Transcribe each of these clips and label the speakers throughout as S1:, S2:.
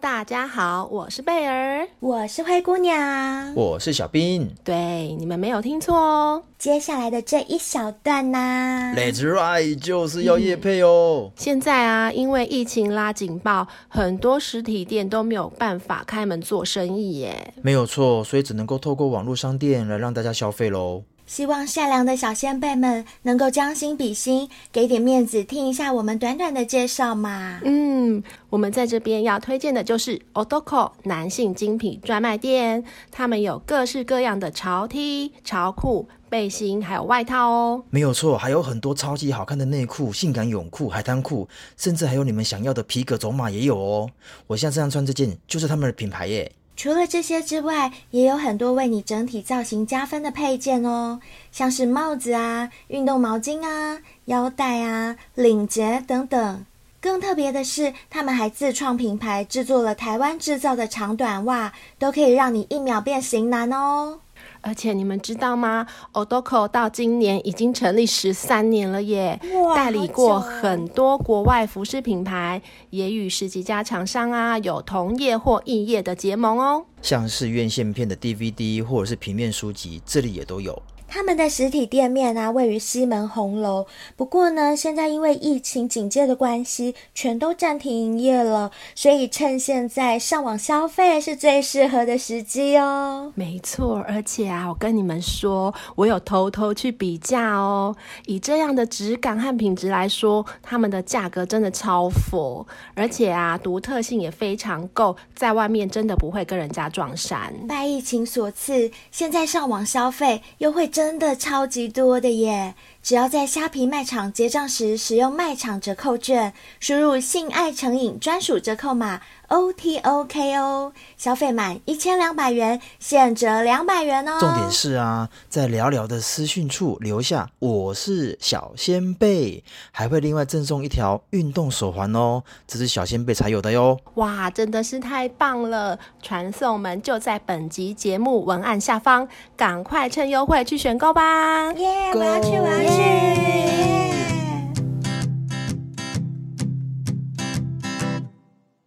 S1: 大家好，我是贝儿。
S2: 我是灰姑娘。
S3: 我是小兵
S1: 对，你们没有听错哦。
S2: 接下来的这一小段呢、
S3: ，Let's Ride 就是要夜配哦。
S1: 现在啊，因为疫情拉警报，很多实体店都没有办法开门做生意耶。
S3: 没有错，所以只能够透过网络商店来让大家消费喽。
S2: 希望善良的小先辈们能够将心比心，给点面子，听一下我们短短的介绍嘛。
S1: 嗯，我们在这边要推荐的就是 Odoko 男性精品专卖店，他们有各式各样的潮 T、潮裤、背心还有外套哦。
S3: 没有错，还有很多超级好看的内裤、性感泳裤、海滩裤，甚至还有你们想要的皮革走马也有哦。我现在这样穿这件就是他们的品牌耶。
S2: 除了这些之外，也有很多为你整体造型加分的配件哦，像是帽子啊、运动毛巾啊、腰带啊、领结等等。更特别的是，他们还自创品牌制作了台湾制造的长短袜，都可以让你一秒变型男哦。
S1: 而且你们知道吗？Odoko 到今年已经成立十三年了耶
S2: 哇，
S1: 代理过
S2: 好久啊
S1: 很多国外服饰品牌，也与十几家厂商啊有同业或异业的结盟哦。
S3: 像是院线片的 DVD 或者是平面书籍，这里也都有。
S2: 他们的实体店面啊，位于西门红楼。不过呢，现在因为疫情警戒的关系，全都暂停营业了，所以趁现在上网消费是最适合的时机哦。
S1: 没错，而且啊，我跟你们说，我有偷偷去比价哦。以这样的质感和品质来说，他们的价格真的超佛，而且啊，独特性也非常够，在外面真的不会跟人家撞衫。
S2: 拜疫情所赐，现在上网消费优惠真的超级多的耶！只要在虾皮卖场结账时使用卖场折扣券，输入“性爱成瘾”专属折扣码 O T O K O，消费满一千两百元现折两百元哦。
S3: 重点是啊，在聊聊的私讯处留下我是小仙贝，还会另外赠送一条运动手环哦，这是小仙贝才有的哟。
S1: 哇，真的是太棒了！传送门就在本集节目文案下方，赶快趁优惠去选购吧！
S2: 耶！我要去，我要去。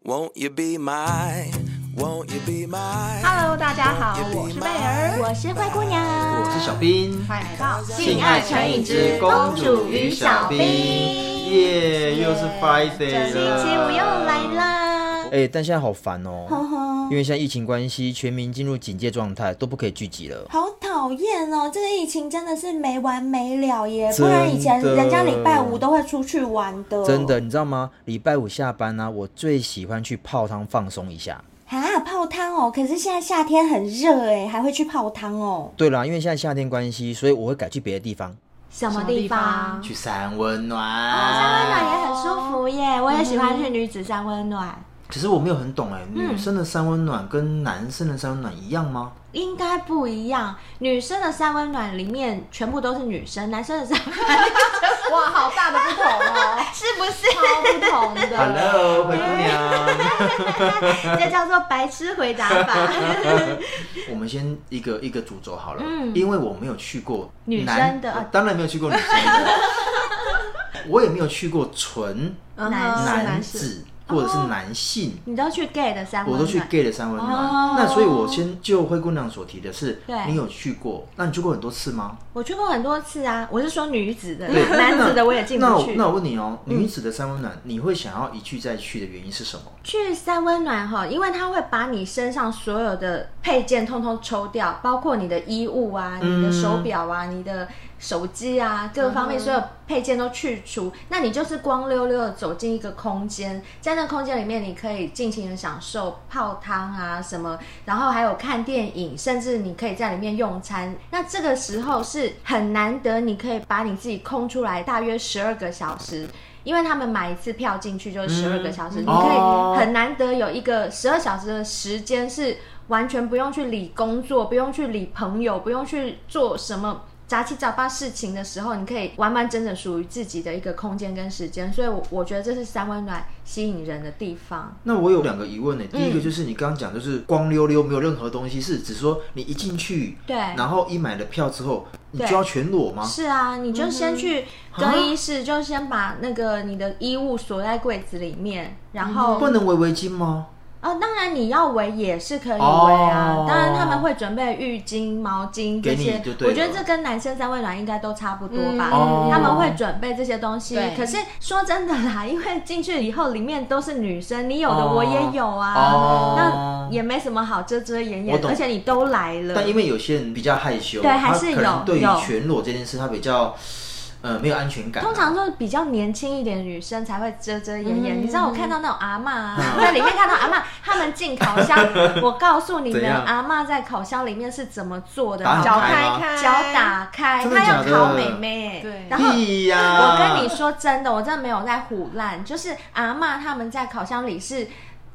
S4: Won't you be my? Won't you be my?
S1: Hello，大家好，我是贝儿，
S2: 我是灰姑娘，
S3: 我是小兵，
S1: 欢迎来到
S3: 性爱成瘾之公主与小兵耶又是 Friday
S2: 星期五又来啦，
S3: 哎、但现在好烦哦，
S2: 吼吼，
S3: 因为现在疫情关系，全民进入警戒状态，都不可以聚集了。
S2: 好讨厌哦！这个疫情真的是没完没了耶，
S3: 真
S2: 不
S3: 的
S2: 然以前人家礼拜五都会出去玩的，
S3: 真的，你知道吗？礼拜五下班呢、我最喜欢去泡汤放松一下。
S2: 啊，泡汤哦！可是现在夏天很热哎，还会去泡汤哦？
S3: 对啦，因为现在夏天关系，所以我会改去别的地方，
S2: 什么
S1: 地方？
S3: 去山哦温暖。
S2: 山温暖也很舒服耶，
S3: 哦
S2: 我也喜欢去女子山温暖，
S3: 可是我没有很懂哎、女生的三温暖跟男生的三温暖一样吗？
S2: 应该不一样。女生的山温暖里面全部都是女生，男生的山温暖
S1: 哇，好大的不同哦，
S2: 是不是？
S1: 超不同的。
S3: Hello，灰姑娘，
S2: 这叫做白痴回答
S3: 嗯
S2: 法。
S3: 我们先一个一个主轴好了，
S2: 嗯
S3: 因为我没有去过
S2: 女
S3: 男
S2: 生的啊
S3: 当然没有去过女生 的，我也没有去过纯
S1: 嗯哼
S2: 哦男哦生
S3: 男子或者是男性，
S2: 你都去 gay 的三温
S3: 我
S2: 暖
S3: 都去 gay 的三温暖。
S2: 哦
S3: 那所以，我先就灰姑娘所提的是
S2: 对，
S3: 你有去过？那你去过很多次吗？
S2: 我去过很多次啊。我是说女子 的，
S3: 对，
S2: 男子的我也进
S3: 那
S2: 不
S3: 我
S2: 去。嗯
S3: 那我问你哦，女子的三温暖，你会想要一去再去的原因是什么？
S2: 去三温暖哈，因为它会把你身上所有的配件通通抽掉，包括你的衣物啊、你的
S3: 嗯
S2: 手表啊、你的手机啊，各方面所有配件都去除。那你就是光溜溜的走进一个空间，在那空间里面，你可以尽情的享受泡汤啊什么，然后还有看电影，甚至你可以在里面用餐。那这个时候是很难得，你可以把你自己空出来大约十二个小时。因为他们买一次票进去就是十二个小时，你可
S3: 哦
S2: 以很难得有一个十二小时的时间是完全不用去理工作，不用去理朋友，不用去做什么杂七杂八事情的时候，你可以完完整整属于自己的一个空间跟时间。所以我，我觉得这是三温暖吸引人的地方。
S3: 那我有两个疑
S2: 嗯
S3: 问呢，第一个就是你刚刚讲，就是光溜溜没有任何东西，是只说你一进去，
S2: 对
S3: 然后一买了票之后，你
S2: 对
S3: 就要全裸吗？
S2: 是啊，你就先去更衣室，就先把那个你的衣物锁在柜子里面，然后
S3: 不能围围巾吗？
S2: 哦，当然你要围也是可以围啊，
S3: 哦
S2: 当然他们会准备浴巾、毛巾这
S3: 给
S2: 些
S3: 你就，对了
S2: 我觉得这跟男生三温暖应该都差不多吧。
S1: 嗯
S3: 哦
S2: 他们会准备这些东西
S1: 对，
S2: 可是说真的啦， 因为进去以后里面都是女生，你有的我也有啊，
S3: 哦
S2: 那也没什么好遮遮掩
S3: 我
S2: 掩，
S3: 懂
S2: 而且你都来了，
S3: 但因为有些人比较害羞，
S2: 对还
S3: 他
S2: 是
S3: 可能
S2: 有
S3: 对于
S2: 有
S3: 全裸这件事，他比较呃没有安全感啊。
S2: 通常都是比较年轻一点的女生才会遮遮掩掩。
S1: 嗯
S2: 你知道我看到那种阿嬷啊，在里面看到阿嬷，他们进烤箱，我告诉你
S3: 怎
S2: 们，
S3: 样
S2: 阿嬷在烤箱里面是怎么做的，
S3: 打很
S2: 脚
S3: 开
S2: 开
S3: 吗
S1: 开
S2: 脚打开，
S3: 真的
S2: 她要
S3: 假的
S2: 烤美妹。
S1: 对
S2: 然后。
S3: 屁哎呀、嗯
S2: 我跟你说真的，我真的没有在胡乱，就是阿嬷他们在烤箱里是。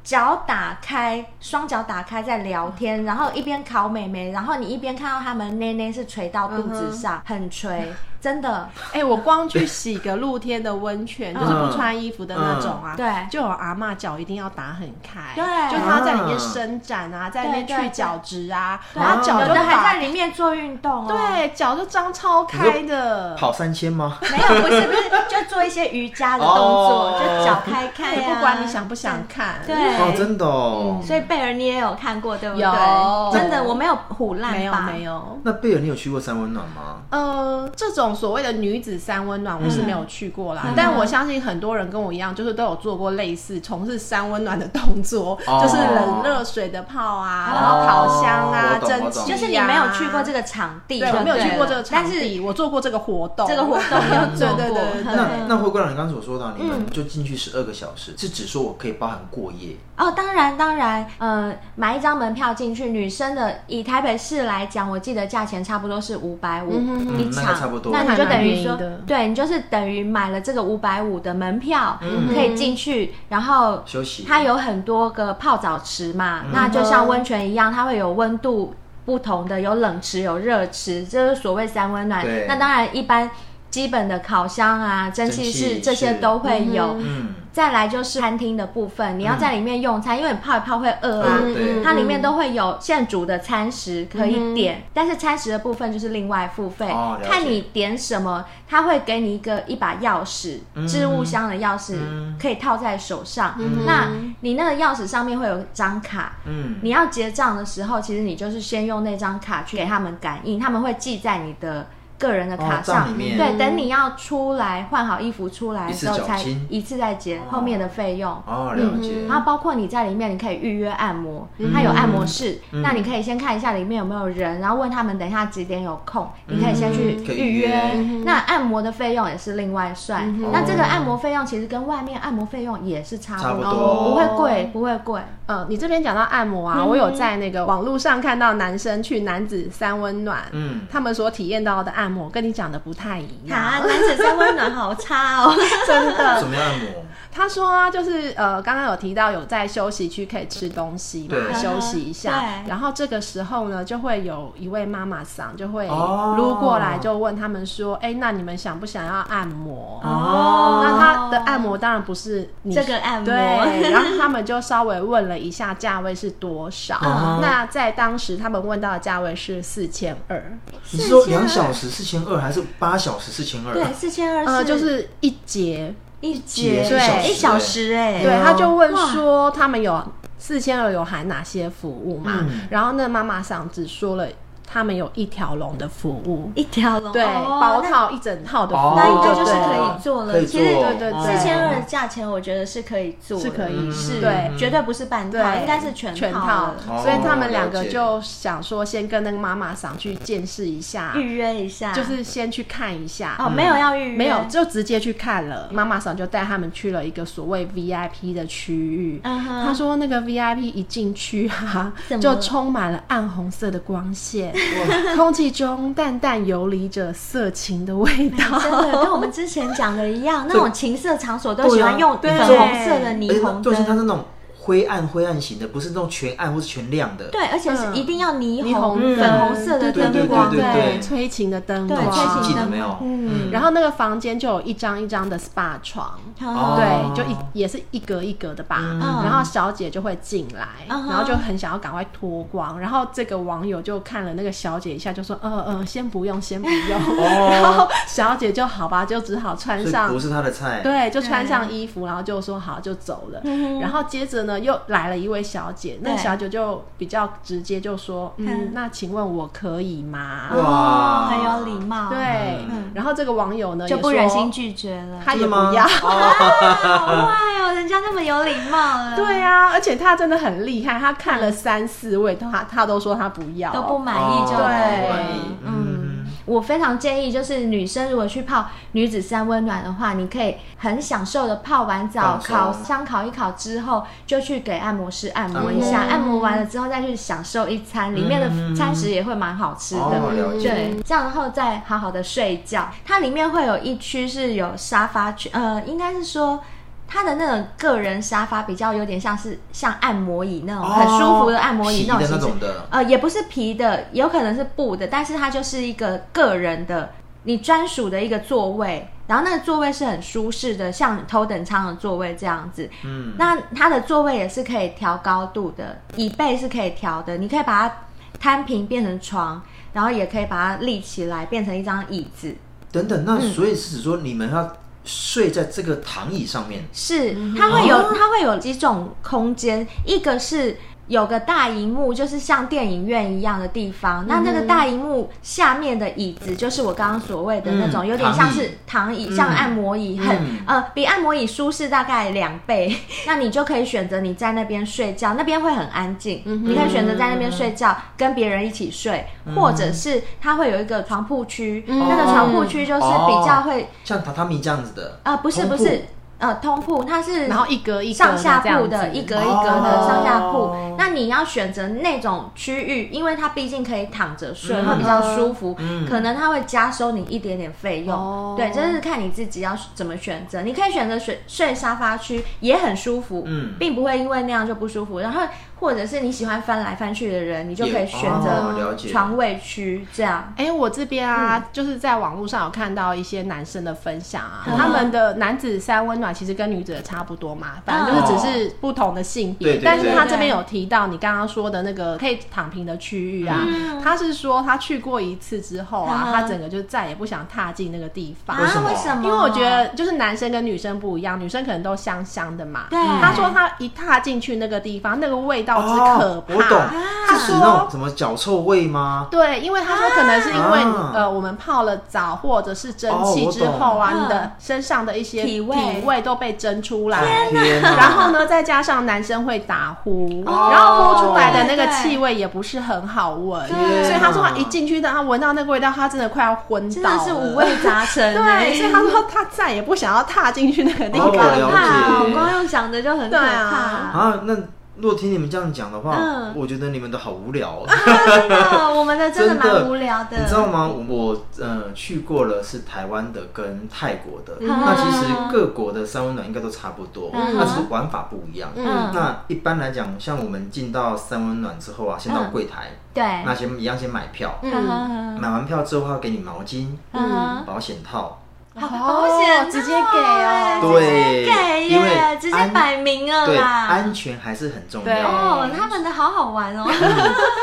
S2: 脚打开，双脚打开在聊天，然后一边烤美眉，然后你一边看到他们内内是垂到肚子上，很垂，真的。
S1: 哎、我光去洗个露天的温 泉，就是不穿衣服的那种啊，
S2: 嗯对
S1: 就有阿嬷脚一定要打很开，
S2: 对
S1: 就她在里面伸展啊，在里面
S2: 对
S1: 去
S2: 对
S1: 角质啊，
S2: 对
S1: 然后脚
S2: 有
S1: 就
S2: 的还
S1: 打，
S2: 在里面做运动哦。
S1: 对，脚就张超开的，
S3: 跑三千吗？
S2: 没有，不是不是，就做一些瑜伽的动作，
S3: 哦
S2: 就脚开
S1: 她
S2: 开
S1: 也
S2: 啊。
S1: 不管你想不想看，
S2: 对嗯
S3: 哦，真的哦。
S2: 所以贝尔你也有看过对不
S1: 有
S2: 对？真的，我没有唬烂吧？
S1: 没有没有。
S3: 那贝尔，你有去过三温暖吗？
S1: 呃，这种所谓的女子三温暖，我是没有去过啦。
S2: 嗯
S1: 但我相信很多人跟我一样，就是都有做过类似从事三温暖的动作，
S3: 哦
S1: 就是冷热水的泡啊，
S2: 哦
S1: 然后烤箱啊
S3: 我、懂
S1: 蒸
S3: 我
S1: 汽、
S3: 懂
S1: 啊，
S2: 就是你没有去过这个场地，
S1: 对，
S2: 就
S1: 我没有
S2: 对
S1: 去过这个
S2: 了
S1: 场
S2: 但是
S1: 地，我做过这个活动，
S2: 这个活动没有 做
S1: 对对
S2: 过
S1: 对对
S2: 呵呵
S3: 那那回归到你刚刚所说的，啊你
S2: 嗯
S3: 们就进去十二个小时，是指说我可以包含过夜
S2: 哦，当然当然，呃，买一张门票进去，女生的以台北市来讲，我记得价钱差不多是五百五
S1: 嗯哼
S2: 一
S3: 嗯那
S2: 场，
S3: 还差不多
S2: 那你就等于
S1: 还蛮
S2: 说
S1: 便宜的，
S2: 对你就是等于买了这个五百五的门票，可以进去，然后
S3: 嗯休息？嗯
S2: 它有很多个泡澡池嘛，那就像温泉一样，它会有温度不同的，有冷池有热池，这就是所谓三温暖
S3: 对。
S2: 那当然一般基本的烤箱啊、蒸汽
S3: 蒸汽
S2: 室
S3: 室
S2: 这些都会有。
S3: 嗯，
S2: 再来就是餐厅的部分，你要在里面用餐，因为你泡一泡会饿啊。
S3: 呃对对
S2: 它里面都会有现煮的餐食可以点，但是餐食的部分就是另外付费，
S3: 哦了解
S2: 看你点什么，它会给你一个一把钥匙，置物箱的钥匙、
S3: 嗯
S2: 可以套在手上。那你那个钥匙上面会有一张卡，
S3: 嗯
S2: 你要结账的时候，其实你就是先用那张卡去给他们感应，他们会记在你的个人的卡
S3: 哦
S2: 上，
S3: 账里面
S2: 对，等你要出来换好衣服出来的时候
S3: 一次缴
S2: 才
S3: 清
S2: 一次再结后面的费用。
S3: 哦，了解。
S2: 然后包括你在里面，你可以预约按摩，
S3: 嗯
S2: 它有按摩室，那你可以先看一下里面有没有人，然后问他们等一下几点有空，你可以先去
S3: 嗯可以
S2: 预
S3: 预约嗯
S2: 约。那按摩的费用也是另外算，那这个按摩费用其实跟外面按摩费用也是差
S3: 差
S2: 不
S3: 不
S2: 多，
S3: 多
S2: 不会贵，不会贵。
S1: 呃，你这边讲到按摩啊，我有在那个网络上看到男生去男子三温暖，
S3: 嗯
S1: 他们所体验到的按摩跟你讲的不太一样。
S2: 啊，男子三温暖好差哦。
S1: 真的
S3: 怎，么样按摩？
S1: 他说啊，就是呃，刚刚有提到有在休息区可以吃东西嘛，
S3: 对
S1: 休息一
S2: 嗯
S1: 下
S2: 哼。对
S1: 然后这个时候呢，就会有一位妈妈桑就会
S3: 哦
S1: 撸过来，就问他们说：“哎、那你们想不想要按摩？”
S2: 哦
S1: 那他的按摩当然不是你
S2: 这个按摩
S1: 对。然后他们就稍微问了一下价位是多少。
S3: 嗯
S1: 那在当时他们问到的价位是四千二，
S3: 你是说两小时四千二，还是八小时四千二？ 啊
S2: 对，四千二
S1: 呃，
S2: 是
S1: 就是一节
S2: 一节
S3: 节
S1: 对
S2: 一小时哎，
S1: 对，他就问
S2: 哇
S1: 说他们有四千二有含哪些服务嘛？
S3: 嗯
S1: 然后那妈妈桑只说了他们有一条龙的服务，
S2: 一条龙
S1: 对，
S2: 哦
S1: 包
S2: 那
S1: 套一整套的服
S3: 哦
S1: 务，
S2: 那应该就是
S1: 对了
S2: 可以做了
S3: 可以
S2: 其实
S3: 做
S1: 哦对对对
S2: 四千二的价钱，我觉得是可以做的，
S1: 是可以
S3: 是
S1: 对。
S2: 绝对不是半套，
S1: 对，
S2: 应该是全
S1: 全
S2: 套
S1: 套
S2: 的，
S3: 哦
S1: 所以他们两
S3: 了
S1: 个
S3: 解
S1: 就想说，先跟那个妈妈桑去见识一下，
S2: 预约一下，
S1: 就是先去看一下，
S2: 哦，没有要预约，
S1: 没有，就直接去看了。妈妈桑就带他们去了一个所谓 VIP 的区域。
S2: 嗯哼
S1: 他说那个 VIP 一进去哈、啊
S2: 怎，么
S1: 就
S2: 了
S1: 充满了暗红色的光线， 空气中淡淡游离着色情的味
S2: 真
S1: 道。
S2: 的跟我们之前讲的一 样，那种情色场所都
S3: 对啊
S2: 喜欢用
S1: 对
S2: 粉红色的
S3: 而
S2: 霓
S3: 且
S2: 虹
S3: 重心它
S2: 灯，
S3: 是哎那种灰暗灰暗型的，不是那种全暗或是全亮的。
S2: 对，而且是
S1: 嗯
S2: 一定要
S1: 霓
S2: 霓
S1: 虹灯
S2: 虹嗯粉红色的
S1: 对对
S2: 灯
S1: 对
S2: 光，
S3: 对对对
S1: 催情的灯
S2: 对，
S1: 光。
S2: 催
S3: 记
S2: 情
S3: 得
S2: 灯
S3: 没有
S2: 光，嗯，
S1: 然后那个房间就有一张一张的 SPA 床，
S2: 好
S1: 对，
S3: 哦
S1: 就一也是一格一格的吧。
S2: 嗯
S1: 然后小姐就会进来，
S2: 嗯哼
S1: 然后就很想要赶快脱光。然后这个网友就看了那个小姐一下，就说：“呃呃，先不用，先不用。
S2: 哦
S1: 然后小姐就好吧，就只好穿
S3: 所以
S1: 上
S3: 不。是他的菜。
S2: 嗯
S1: 对，就穿上衣服，然后就说好就走了。然后接着呢，呃，又来了一位小姐，那
S2: 对
S1: 小姐就比较直接就说，嗯
S2: 嗯，
S1: 那请问我可以吗？
S3: 哇
S2: 哦，很有礼貌，
S1: 对，，
S2: 嗯
S1: 然后这个网友呢
S2: 就
S1: 也
S2: 不忍
S1: 说
S2: 心拒绝了。
S1: 他也
S3: 真
S1: 不
S3: 的吗
S1: 要，
S2: 啊好坏哦，人家那么有礼貌了，
S1: 对啊，而且他真的很厉害，他看了三四位，他他都说他不要，哦
S2: 都不满意就来了
S1: 对
S2: 哦嗯，我非常建议，就是女生如果去泡女子三温暖的话，你可以很享受的泡完澡，烤
S3: 放松
S2: 香烤一烤之后，就去给按摩师按摩一下，
S1: 嗯
S2: 按摩完了之后再去享受一餐，里面的餐食也会蛮好吃的。
S3: 嗯哦，了解，
S2: 对，这样然后再好好的睡觉。它里面会有一区是有沙发区，呃，应该是说它的那种个人沙发比较有点像是像按摩椅那种、很舒服的按摩椅
S3: 皮
S2: 那
S3: 哦的
S2: 种
S3: 那
S2: 形
S3: 种
S2: 式。
S3: 的，
S2: 呃，也不是皮的，有可能是布的，但是它就是一个个人的，你专属的一个座位。然后那个座位是很舒适的，像头等舱的座位这样子。
S3: 嗯，
S2: 那它的座位也是可以调高度的，椅背是可以调的，你可以把它摊平变成床，然后也可以把它立起来变成一张椅子。
S3: 等等，
S2: 嗯
S3: 那所以是指说你们要睡在这个躺椅上面，
S2: 是，它会有它会有几种空间，一个是。有个大荧幕，就是像电影院一样的地方。那那个大荧幕下面的椅子，就是我刚刚所谓的那种，
S3: 嗯
S2: 有点像
S3: 躺椅
S2: 是躺椅，像按摩椅，很
S3: 嗯
S2: 呃，比按摩椅舒适大概两倍。 那你就可以选择你在那边睡觉，那边会很安静。你可以选择在那边睡觉，跟别人一起睡，或者是它会有一个床铺区，那个床铺区就是比较会
S3: 像榻榻米这样子的，
S2: 啊，不是
S3: 通
S2: 不
S3: 铺
S2: 是，呃，通铺，它是
S1: 然后一格一格的
S2: 上下
S1: 这样
S2: 铺的，
S1: 子
S2: 一格一格的
S3: 哦
S2: 上下铺。那你要选择那种区域，因为它毕竟可以躺着睡，
S3: 嗯
S2: 会比较舒服
S3: 嗯，
S2: 可能它会加收你一点点费
S1: 哦
S2: 用。对，这是看你自己要怎么选择。你可以选择睡睡沙发区，也很舒服
S3: 嗯，
S2: 并不会因为那样就不舒服。然后或者是你喜欢翻来翻去的人，你就可
S3: 也
S2: 以选
S3: 哦了
S2: 择
S3: 解
S2: 床位区这样。
S1: 哎、我这边
S2: 嗯
S1: 啊，就是在网络上有看到一些男生的分享啊，
S2: 嗯
S1: 他们的男子三温暖其实跟女子的差不多嘛，反正
S2: 嗯
S1: 就是只是不同的性别。
S3: 对对对
S1: 但是他这边有提到你刚刚说的那个可以躺平的区域啊，他是说他去过一次之后啊，
S2: 嗯
S1: 他整个就再也不想踏进那个地方。
S2: 啊
S3: 为什么
S2: 为什么？
S1: 因为我觉得，就是男生跟女生不一样，女生可能都香香的嘛。
S2: 对
S1: 他说他一踏进去那个地方，那个味道之可怕。
S3: 哦我懂，是指那种什么脚臭味吗？
S1: 对，因为他说可能是因为、
S3: 啊
S1: 呃，我们泡了澡或者是蒸
S3: 哦
S1: 汽
S3: 我
S1: 之后啊，
S2: 懂
S1: 你的身上的一些
S2: 嗯体味
S1: 体味都被蒸出来。
S3: 天哪！
S1: 然后呢，再加上男生会打呼，
S2: 哦
S1: 然后呼出来的那
S2: 对
S1: 个
S2: 对
S1: 气味也不是很好闻，
S2: 对
S1: 所以他说他一进去，他闻到那个味道，他真的快要昏
S2: 真
S1: 倒
S2: 的
S1: 了。
S2: 是五味杂陈 欸。
S1: 对，所以他说他再也不想要踏进去那个地
S3: 哦
S1: 方。
S3: 我了
S2: 可怕
S3: 解
S2: 哦，光用想的就很可
S1: 对
S2: 怕。
S1: 啊
S3: 啊，那若听你们这样讲的话，
S2: 嗯
S3: 我觉得你们都好无聊、哦。
S2: 真的，我们的真的蛮无聊的。
S3: 你知道吗？我我呃去过了是台湾的跟泰国的，
S1: 嗯
S3: 那其实各国的三温暖应该都差不多，
S2: 嗯
S3: 那只是玩法不一样。
S2: 嗯
S3: 那一般来讲，像我们进到三温暖之后啊，先到
S2: 嗯
S3: 柜台，
S2: 对，
S3: 那先一样先买票，
S1: 嗯，
S3: 买完票之后他会给你毛巾、
S2: 嗯，
S3: 保险套，
S2: 好保险哦
S1: 直接给哦。
S3: 对，
S2: 给
S3: 因为
S2: 耶，直接
S3: 安
S2: 摆明了
S3: 对
S2: 啦。
S3: 安全还是很重
S1: 对
S3: 要。嗯
S2: 哦，他们的好好玩哦。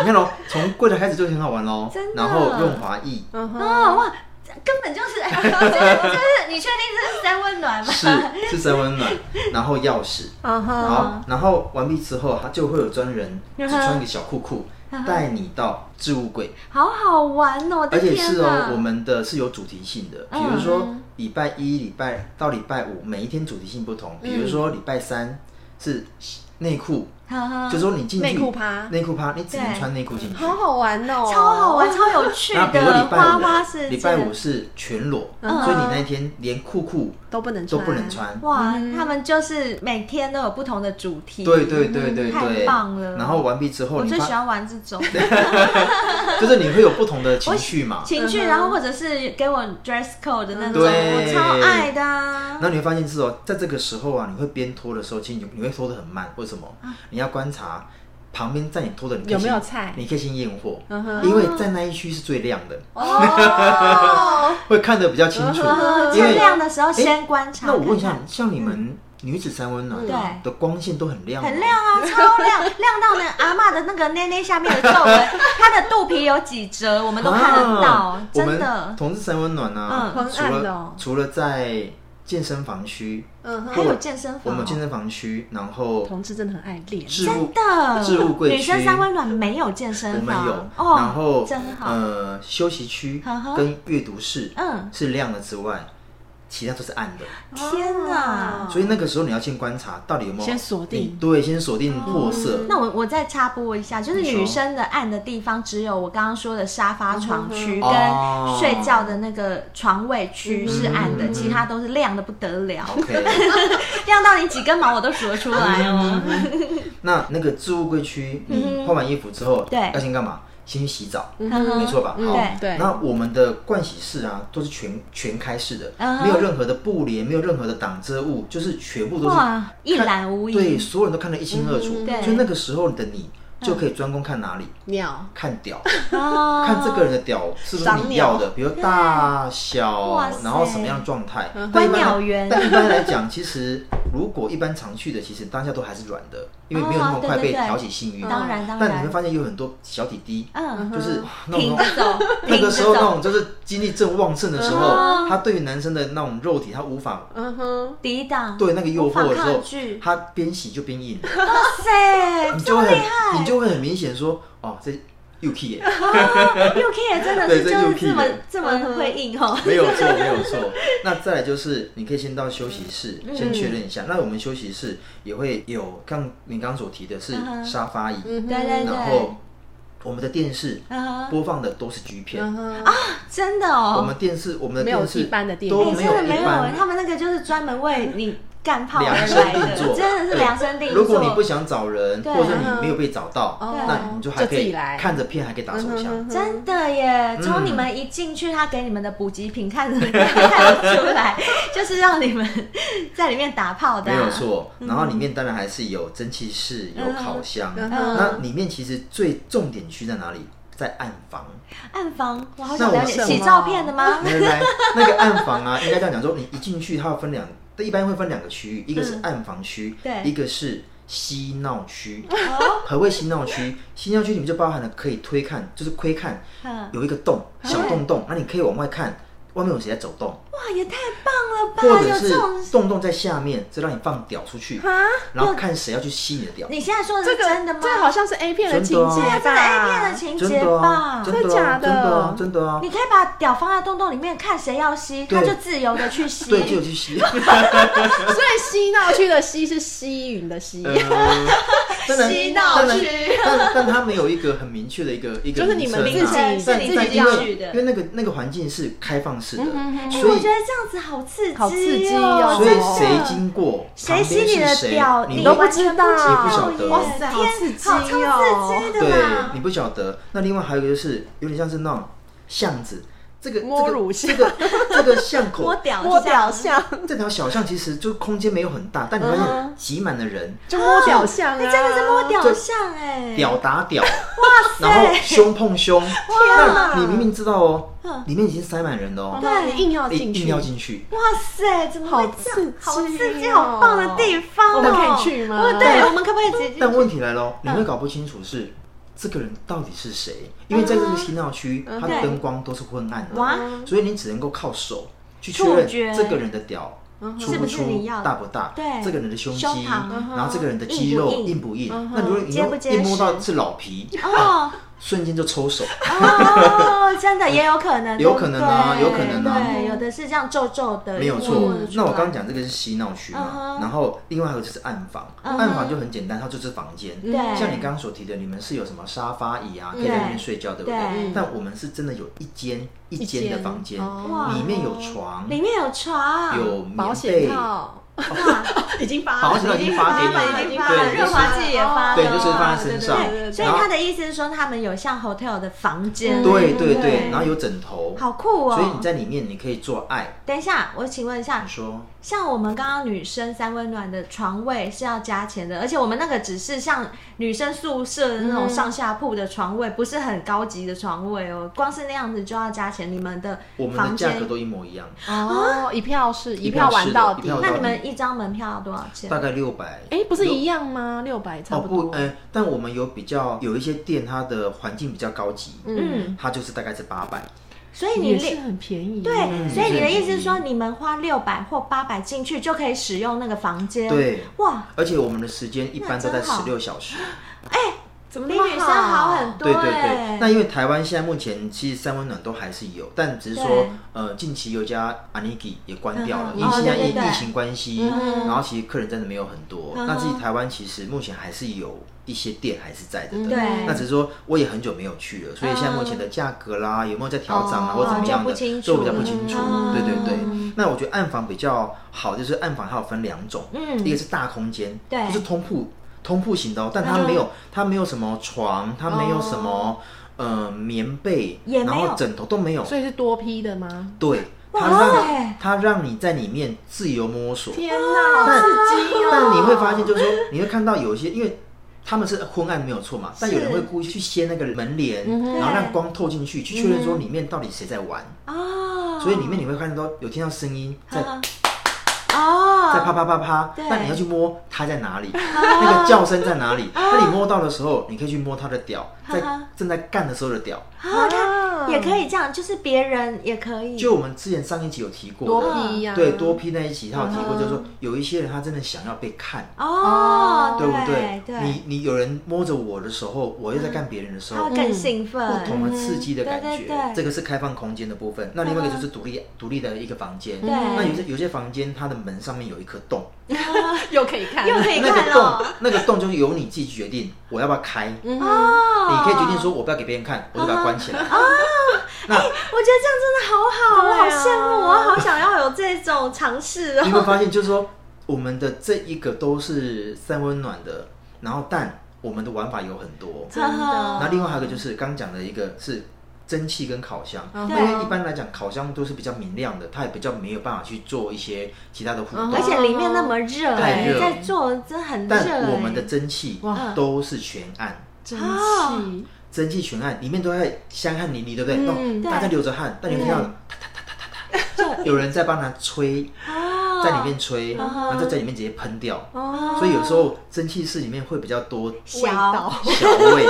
S3: 你看喽，从柜台开始就很好玩喽
S2: 真，的
S3: 然后润滑液
S1: 嗯哼，
S2: 哦哇，这根本就是， 就是你确定这是在温暖吗？
S3: 是是三温暖，然后钥匙，
S1: 嗯哼，
S3: 好，然后完毕之后，他就会有专人
S2: 嗯
S3: 只穿一个小裤裤带你到置物柜，
S2: 好好玩嗯哦，我
S3: 而
S2: 的
S3: 且
S2: 天
S3: 是哦
S2: 哪，！
S3: 我们的是有主题性的，比
S2: 嗯
S3: 如说礼拜一、礼拜到礼拜五，每一天主题性不
S2: 嗯
S3: 同。比如说礼拜三是内裤，
S2: 哈哈
S3: 就说你进去
S1: 内裤趴
S3: 内裤趴你只能
S2: 对
S3: 穿内裤进去。
S1: 好好玩哦，
S2: 超好玩，。超有趣
S3: 那比如说
S2: 的
S3: 礼拜
S2: 花
S3: 五
S2: 花
S3: 呢
S2: 世，界。
S3: 礼拜五是全裸，
S2: 嗯
S3: 所以你那一天连裤裤
S1: 都不能
S3: 都
S1: 穿，
S3: 不能。穿。
S2: 哇，
S1: 嗯
S2: 他们就是每天都有不同的主题。
S3: 对哦对对对对，
S2: 太棒了
S3: 然后完毕之后，
S2: 我
S3: 你
S2: 最喜
S3: 发
S2: 欢玩这种
S3: 就是你会有不同的情绪嘛，
S2: 情趣，然后或者是给我 dress code 的那种，
S3: 嗯对
S2: 我超爱的啊。
S3: 那你会发现是哦，在这个时候啊，你会边拖的时候，其实你你会拖得很慢。为什么？
S2: 啊
S3: 你要观察旁边在你拖的，你可以
S1: 有没有
S3: 先
S1: 菜
S3: 你可以先验货，
S1: 嗯哼，
S3: 因为在那一区是最亮的，
S2: 哦，
S3: 会看得比较清楚。因
S2: 天
S3: 为
S2: 哦亮的时候先
S3: 诶
S2: 观察。
S3: 那我问一下
S2: 嗯看，嗯
S3: 像你们女子三温暖
S2: 对
S3: 的光线都很亮吗，
S2: 看，很亮啊，超亮， 亮到那阿嬷的那个内内下面的皱 纹，她的肚皮有几折，我们都看得到
S3: 啊，
S2: 真
S3: 我们
S2: 的。
S3: 同志三温暖呢、啊
S1: 嗯
S3: 除
S1: 很暗
S3: 了、
S1: 的哦
S3: 除了在健身房区，
S2: 嗯哼，还
S3: 我
S2: 有健身
S3: 我
S2: 房
S3: 们有
S2: 哦，
S3: 健身房区，然后
S1: 同志真的很爱练，
S3: 置物置物
S2: 真的，
S3: 柜区
S2: 女生三温暖没有健
S3: 我
S2: 身
S3: 们
S2: 房，
S3: 有，
S2: 哦，
S3: 然后
S2: 真好，
S3: 呃休息区
S2: 呵呵
S3: 跟阅读室
S2: 嗯哦
S3: 是亮的之外，其他都是暗的。
S2: 天
S5: 哦
S2: 哪！
S3: 所以那个时候你要先观察到底有没有
S1: 先锁定
S3: 你对，先锁
S2: 哦
S3: 定货色。
S2: 那我我再插播一下，就是
S3: 你说
S2: 女生的暗的地方，只有我刚刚说的沙发床区跟
S3: 哦嗯
S2: 睡觉的那个床位区是暗的，其他都是亮的不得了，
S3: OK，
S2: 亮到你几根毛我都数得出来
S3: 嗯
S2: 哦。
S3: 那那个置物柜区，你换完衣服之后，
S2: 嗯对
S3: 要先干嘛？先去洗澡，
S2: 嗯哼
S3: 没错吧？
S2: 嗯
S3: 好，
S2: 对
S1: 对
S3: 那我们的盥洗室啊，都是全全开式的
S2: 嗯，哼
S3: 没有任何的布帘，没有任何的挡遮物，就是全部都是
S2: 哇一
S3: 看
S2: 览无遗嗯
S3: 对，所有人都看得一清二楚。
S2: 对
S3: 所以那个时候的你就可以专攻看哪里，
S1: 尿
S3: 看屌。
S2: 哦
S3: 看这个人的屌是不是
S1: 赏
S3: 你
S1: 鸟
S3: 要的，比如大小
S2: 哇塞，
S3: 然后什么样的状态。但
S2: 观
S3: 一般
S2: 鸟
S3: 来
S2: 园
S3: 但一般来讲，其实如果一般常去的，其实当下都还是软的，因为没有那么
S2: 哦
S3: 快
S2: 对对
S3: 被
S2: 对
S3: 挑起性欲。
S2: 当然当然
S3: 但你会发现有很多小弟弟，
S2: 嗯
S3: 就是那
S2: 挺
S3: 种
S2: 着走，
S3: 那个时候
S2: 挺着走
S3: 那种就是精力正旺盛的时
S2: 哦
S3: 候，他对于男生的那种肉体，他无法
S1: 嗯哼，
S2: 抵挡
S3: 对那个诱惑的时
S2: 无法
S3: 候
S2: 抗拒，
S3: 他边洗就 边硬，
S2: 哇塞，
S3: 你
S2: 这
S3: 就
S2: 么
S3: 会
S2: 厉
S3: 很
S2: 害
S3: 你就会很明显说，哦，这又 key 耶。
S2: ！UK 真的是
S3: 对这
S2: 就是
S3: UK
S2: 这么
S3: 人
S2: 这么会硬哦，
S3: 没有错，没有错。那再来就是，你可以先到休息室、
S2: 嗯
S3: 先确认一下。那我们休息室也会有，刚你刚刚所提的是
S2: 嗯哼
S3: 沙发椅，
S1: 嗯
S2: 对对
S3: 然
S2: 对
S3: 后，我们的电视
S2: 嗯哼，
S3: 播放的都是 G 片，
S1: 嗯哼，啊，
S2: 真的
S3: 我
S2: 哦，
S3: 们电视我们的
S1: 没有
S3: 电视
S1: 一般的电
S3: 都
S1: 视
S2: 哎，
S3: 没
S2: 真的
S3: 有
S2: 没
S3: 一
S2: 有哎
S3: 般，。
S2: 他们那个就是专门为你干炮而
S3: 量身
S2: 来
S3: 定
S2: 的，
S3: 做，
S2: 真的是
S3: 对
S2: 量身定做。
S3: 如果你不想找人，
S2: 对哦
S3: 或者你没有被找到，
S1: 嗯
S3: 那你就还可
S1: 就自己
S3: 以
S1: 来
S3: 看着片，还可以打手
S2: 嗯
S3: 枪。
S2: 真的
S3: 嗯
S2: 耶！从你们一进去，他给你们的补给品看得 看得出 来，就是让你们在里面打炮的、啊
S3: 没有。错，
S2: 嗯
S3: 然后里面当然还是有蒸汽室、有烤箱。
S1: 嗯
S2: 哼
S3: 那里面其实最重点区在哪里？在暗房。
S2: 暗房，我好想
S3: 那我
S2: 了解
S3: 是
S2: 洗
S1: 吗
S2: 照片的吗？
S3: 来 来来，那个暗房啊，应该这样讲说，你一进去，它要分两，一般会分两个区域，一个是暗房区，
S2: 嗯对哦
S3: 一个是嬉闹区。何谓嬉闹区？嬉闹区里面就包含了可以推看，就是窥看，
S2: 嗯，
S3: 有一个洞，小洞洞，那你可以往外看，外面有谁在走动，
S2: 哇，也太棒了
S3: 或
S2: 吧！
S3: 者
S2: 有这
S3: 是
S2: 种，
S3: 洞洞在下面，这让你放屌出去，然后看谁要去吸你的屌。
S2: 你现在说的
S1: 这
S2: 是
S1: 个
S2: 真的吗？
S1: 这个好像是 A 片的情节
S3: 真的
S1: 吧？
S3: 啊
S2: 这是 A 片的情
S3: 真
S2: 节
S3: 的
S2: 吧
S3: 哦，？真的
S1: 真的假
S3: 哦，
S1: 的
S3: 真的哦，真的啊
S2: 你，可以把屌放在洞洞里面，看谁要吸，他
S3: 对
S2: 就自由的去吸。
S3: 对，就有 去吸。
S1: 所以西闹区的西是西云的西，
S3: 呃当然
S2: 洗脑区
S3: 当然但但它没有一个很明确的一个一个
S1: 就是你们
S3: 名
S1: 自
S3: 称啊
S1: 己
S3: 但
S2: 是你自己
S3: 但因为
S2: 去的
S3: 因为那个那个环境是开放式
S1: 嗯
S3: 的，
S2: 哎
S3: 所
S2: 我
S3: 以
S2: 觉得这样子好刺激、哦，
S1: 好刺激哦
S3: 所以
S2: 真的
S3: 谁经过，
S2: 谁吸你
S3: 旁边
S2: 的
S3: 是谁
S2: 屌，
S3: 你
S1: 都
S2: 完全
S1: 不知道
S2: 知道
S3: 你不晓得
S2: 耶
S3: 哇
S1: 塞好
S2: 天
S1: 刺激
S2: 好超
S1: 哦
S2: 刺激的
S3: 对
S2: 啦！
S3: 你不晓得。那另外还有一个就是有点像是那种巷子，这个
S1: 摸
S3: 这
S1: 乳
S3: 个
S1: 巷
S3: 这个这个巷口
S2: 摸，屌
S1: 摸屌像，
S3: 这条小巷其实就空间没有很大，但你发
S1: 嗯
S3: 现挤满了人，
S1: 就摸屌像
S2: 那
S1: 啊，
S2: 真的是摸屌像哎、
S3: 屌打屌，然后胸碰胸，那你明明知道哦
S2: 嗯，
S3: 里面已经塞满人了哦。
S1: 对，你硬要
S3: 硬
S1: 进去，
S3: 硬要进去，
S2: 哇塞，怎么会这样？好
S1: 好刺激哦
S2: 刺激，好棒的地方哦！
S1: 我们可以去吗
S2: 哦对，我们可不可以直接
S3: 但？问题来了，哦你
S2: 嗯
S3: 会搞不清楚是这个人到底是谁，因为在这个新闹区，它的灯光都是昏暗
S2: 嗯哇
S3: 的，所以你只能够靠手去
S2: 触
S3: 确认
S2: 觉嗯
S3: 这个人的屌。粗
S2: 是
S3: 不
S2: 不是
S3: 粗
S2: 你要的，
S3: 大不大？
S2: 对
S3: 这个人的胸
S2: 胸
S3: 肌，
S2: 膛嗯
S3: 然后这个人的
S2: 硬
S3: 肌
S2: 不
S3: 肉
S2: 硬嗯
S3: 硬不硬？那如果你
S2: 结不
S3: 又
S2: 结
S3: 一摸到
S2: 实
S3: 是老皮，
S2: 哦
S3: 瞬间就抽手。
S2: 哦，真的也有可能，
S3: 有可能啊
S2: 对
S3: 有可能啊
S2: 对，有的是这样皱皱的，
S3: 没有
S2: 摸
S3: 错
S2: 得出来。
S3: 那我刚刚讲这个是嬉闹区
S2: 嗯
S3: 嘛
S2: 哼，
S3: 然后另外还有就是暗房，
S2: 嗯哼
S3: 暗房就很简单，它就是房间。
S2: 对
S3: 像你刚刚所提的，你们是有什么沙发椅啊，可以在那边睡觉，对不
S2: 对
S3: 对？但我们是真的有一间一间的房间
S1: 一间哦，
S2: 哇
S3: 里面有床，
S2: 里面有床，
S3: 有
S1: 保
S3: 棉
S1: 险
S3: 被，
S1: 套，
S2: 哇
S1: 已经发了，
S3: 保险套已经发给你
S2: 已经
S3: 了，
S2: 发了
S3: 对，
S2: 润
S3: 就是
S2: 滑剂也发了
S3: 对就是放在身上
S1: 对对对
S2: 所以他的意思是说，他们有像 hotel 的房间，
S3: 对
S2: 对
S3: 对对，然后有枕头，
S2: 好酷哦。
S3: 所以你在里面你可以做爱。
S2: 等一下，我请问一下
S3: 你，说
S2: 像我们刚刚女生三温暖的床位是要加钱的，而且我们那个只是像女生宿舍的那种上下铺的床位，不是很高级的床位哦，光是那样子就要加钱。你们的
S3: 我们的
S2: 房
S3: 价格
S2: 间，
S3: 都一模一样，
S1: 哦，一票是一
S3: 一
S1: 票
S3: 票
S1: 玩
S3: 玩
S1: 到
S3: 到
S1: 底
S3: 底，
S2: 那你们一张门票要多少钱？
S3: 大概六百。
S1: 哎，不是一样吗？六百差
S3: 哦不
S1: 多，，
S3: 哎、但我们有比较有一些店，它的环境比较高级，
S1: 嗯
S2: 嗯，
S3: 它就是大概是八百，
S2: 所以你
S6: 也是
S2: 六
S6: 很便宜耶。
S2: 对，
S3: 嗯
S2: 所以你的意思是说，你们花六百或八百进去就可以使用那个房间？
S3: 对
S2: 哇，
S3: 而且我们的时间一般都
S2: 那
S3: 在
S2: 真好
S3: 十六小时。
S6: 怎么
S2: 比
S6: 那么
S2: 女生好很多、
S3: 对
S2: 欸。
S3: 对对，那因为台湾现在目前其实三温暖都还是有，但只是说
S2: 对
S3: 呃，近期有一家 Aniki 也关掉了，
S2: 嗯哼
S3: 因为现在
S2: 哦对对
S3: 因
S2: 对
S3: 疫情关系，
S2: 嗯
S3: 然后其实客人真的没有很多。
S2: 嗯哼
S3: 那自己台湾其实目前还是有一些店还是在着的，
S2: 嗯对
S3: 那只是说我也很久没有去了，所以现在目前的价格啦，有没有在调整啊，
S2: 嗯哦
S3: 或怎么样
S2: 就
S3: 的，
S2: 不清楚
S3: 都比较不清楚。
S2: 嗯
S3: 对对对，那我觉得暗房比较好，就是暗房它有分两种，
S2: 嗯
S3: 一个是大空间，
S2: 对
S3: 就是通铺通铺型的哦，但它没有它没有什么床，它没有什么呃棉被，
S2: 哦也
S3: 然
S2: 没有
S3: 后枕头都没有，
S6: 所以是多批的吗？
S3: 对，它
S2: 哇
S3: 让
S2: 塞
S3: 它让你在里面自由摸索，
S6: 天哪，
S3: 但
S6: 好刺激哦！
S3: 但你会发现，就是说，你会看到有一些，因为他们是昏暗没有错嘛，但有人会故意去掀那个门帘，然后让光透进去，去确认说里面到底谁在玩。
S2: 哦，
S3: 所以里面你会看到有听到声音在
S2: 啊哦，
S3: 在啪啪啪啪
S2: 对，
S3: 但你要去摸它在哪里，那个叫声在哪里。那你摸到的时候，你可以去摸它的屌，在
S2: 啊
S3: 正在干的时候的屌。
S2: 啊，
S1: 哦
S2: 他
S6: 啊
S2: 也可以这样，就是别人也可以，嗯
S3: 就我们之前上一集有提过
S6: 多
S3: 的，
S6: 批呀，
S3: 对多批那一集，他有提过，就是说有一些人他真的想要被看。
S2: 哦，
S3: 对不
S2: 对
S3: 对？你你有人摸着我的时候，我又在干别人的时
S2: 他
S3: 候
S2: 会，更兴奋，
S3: 不同的刺激的感
S2: 嗯对
S3: 觉
S2: 对，对
S3: 这个是开放空间的部分。那另外一个就是独立独立的一个房间。
S2: 对
S3: 那有些有些房间它的门上面有一颗洞，
S6: 又可以看，
S2: 又可以
S3: 那
S2: 看
S3: 个洞
S2: 了，
S3: 那个洞就是由你自己决定我要不要开，
S6: 嗯
S3: 你
S2: 哦，
S3: 可以决定说我不要给别人看，我就把它关起来。
S2: 我觉得这样真的好好，我好
S6: 对啊
S2: 羡慕，我好想要有这种尝试
S3: 你会
S2: 哦。
S3: 发现就是说我们的这一个都是三温暖的，然后但我们的玩法有很多。
S2: 真的
S3: 那另外还有一个就是刚讲的一个是蒸汽跟烤箱，
S6: 嗯
S2: 哦
S3: 那因为一般来讲烤箱都是比较明亮的，它也比较没有办法去做一些其他的互动。
S6: 嗯
S2: 而且里面那么热，
S3: 哦太
S2: 哎
S3: 热
S2: 在做真的很热。
S3: 但我
S2: 哎
S3: 们的蒸汽
S6: 哇
S3: 都是全暗，
S6: 蒸汽，
S3: 蒸汽全暗，里面都在香汗淋漓，对不对？
S6: 嗯
S3: 大家
S2: 对
S3: 流着汗，但你们看到哒哒哒哒哒哒，有人在帮他吹，
S2: 哦
S3: 在里面吹，然后就在里面直接喷掉。
S2: 哦
S3: 所以有时候蒸汽室里面会比较多
S2: 味道
S3: 小 味，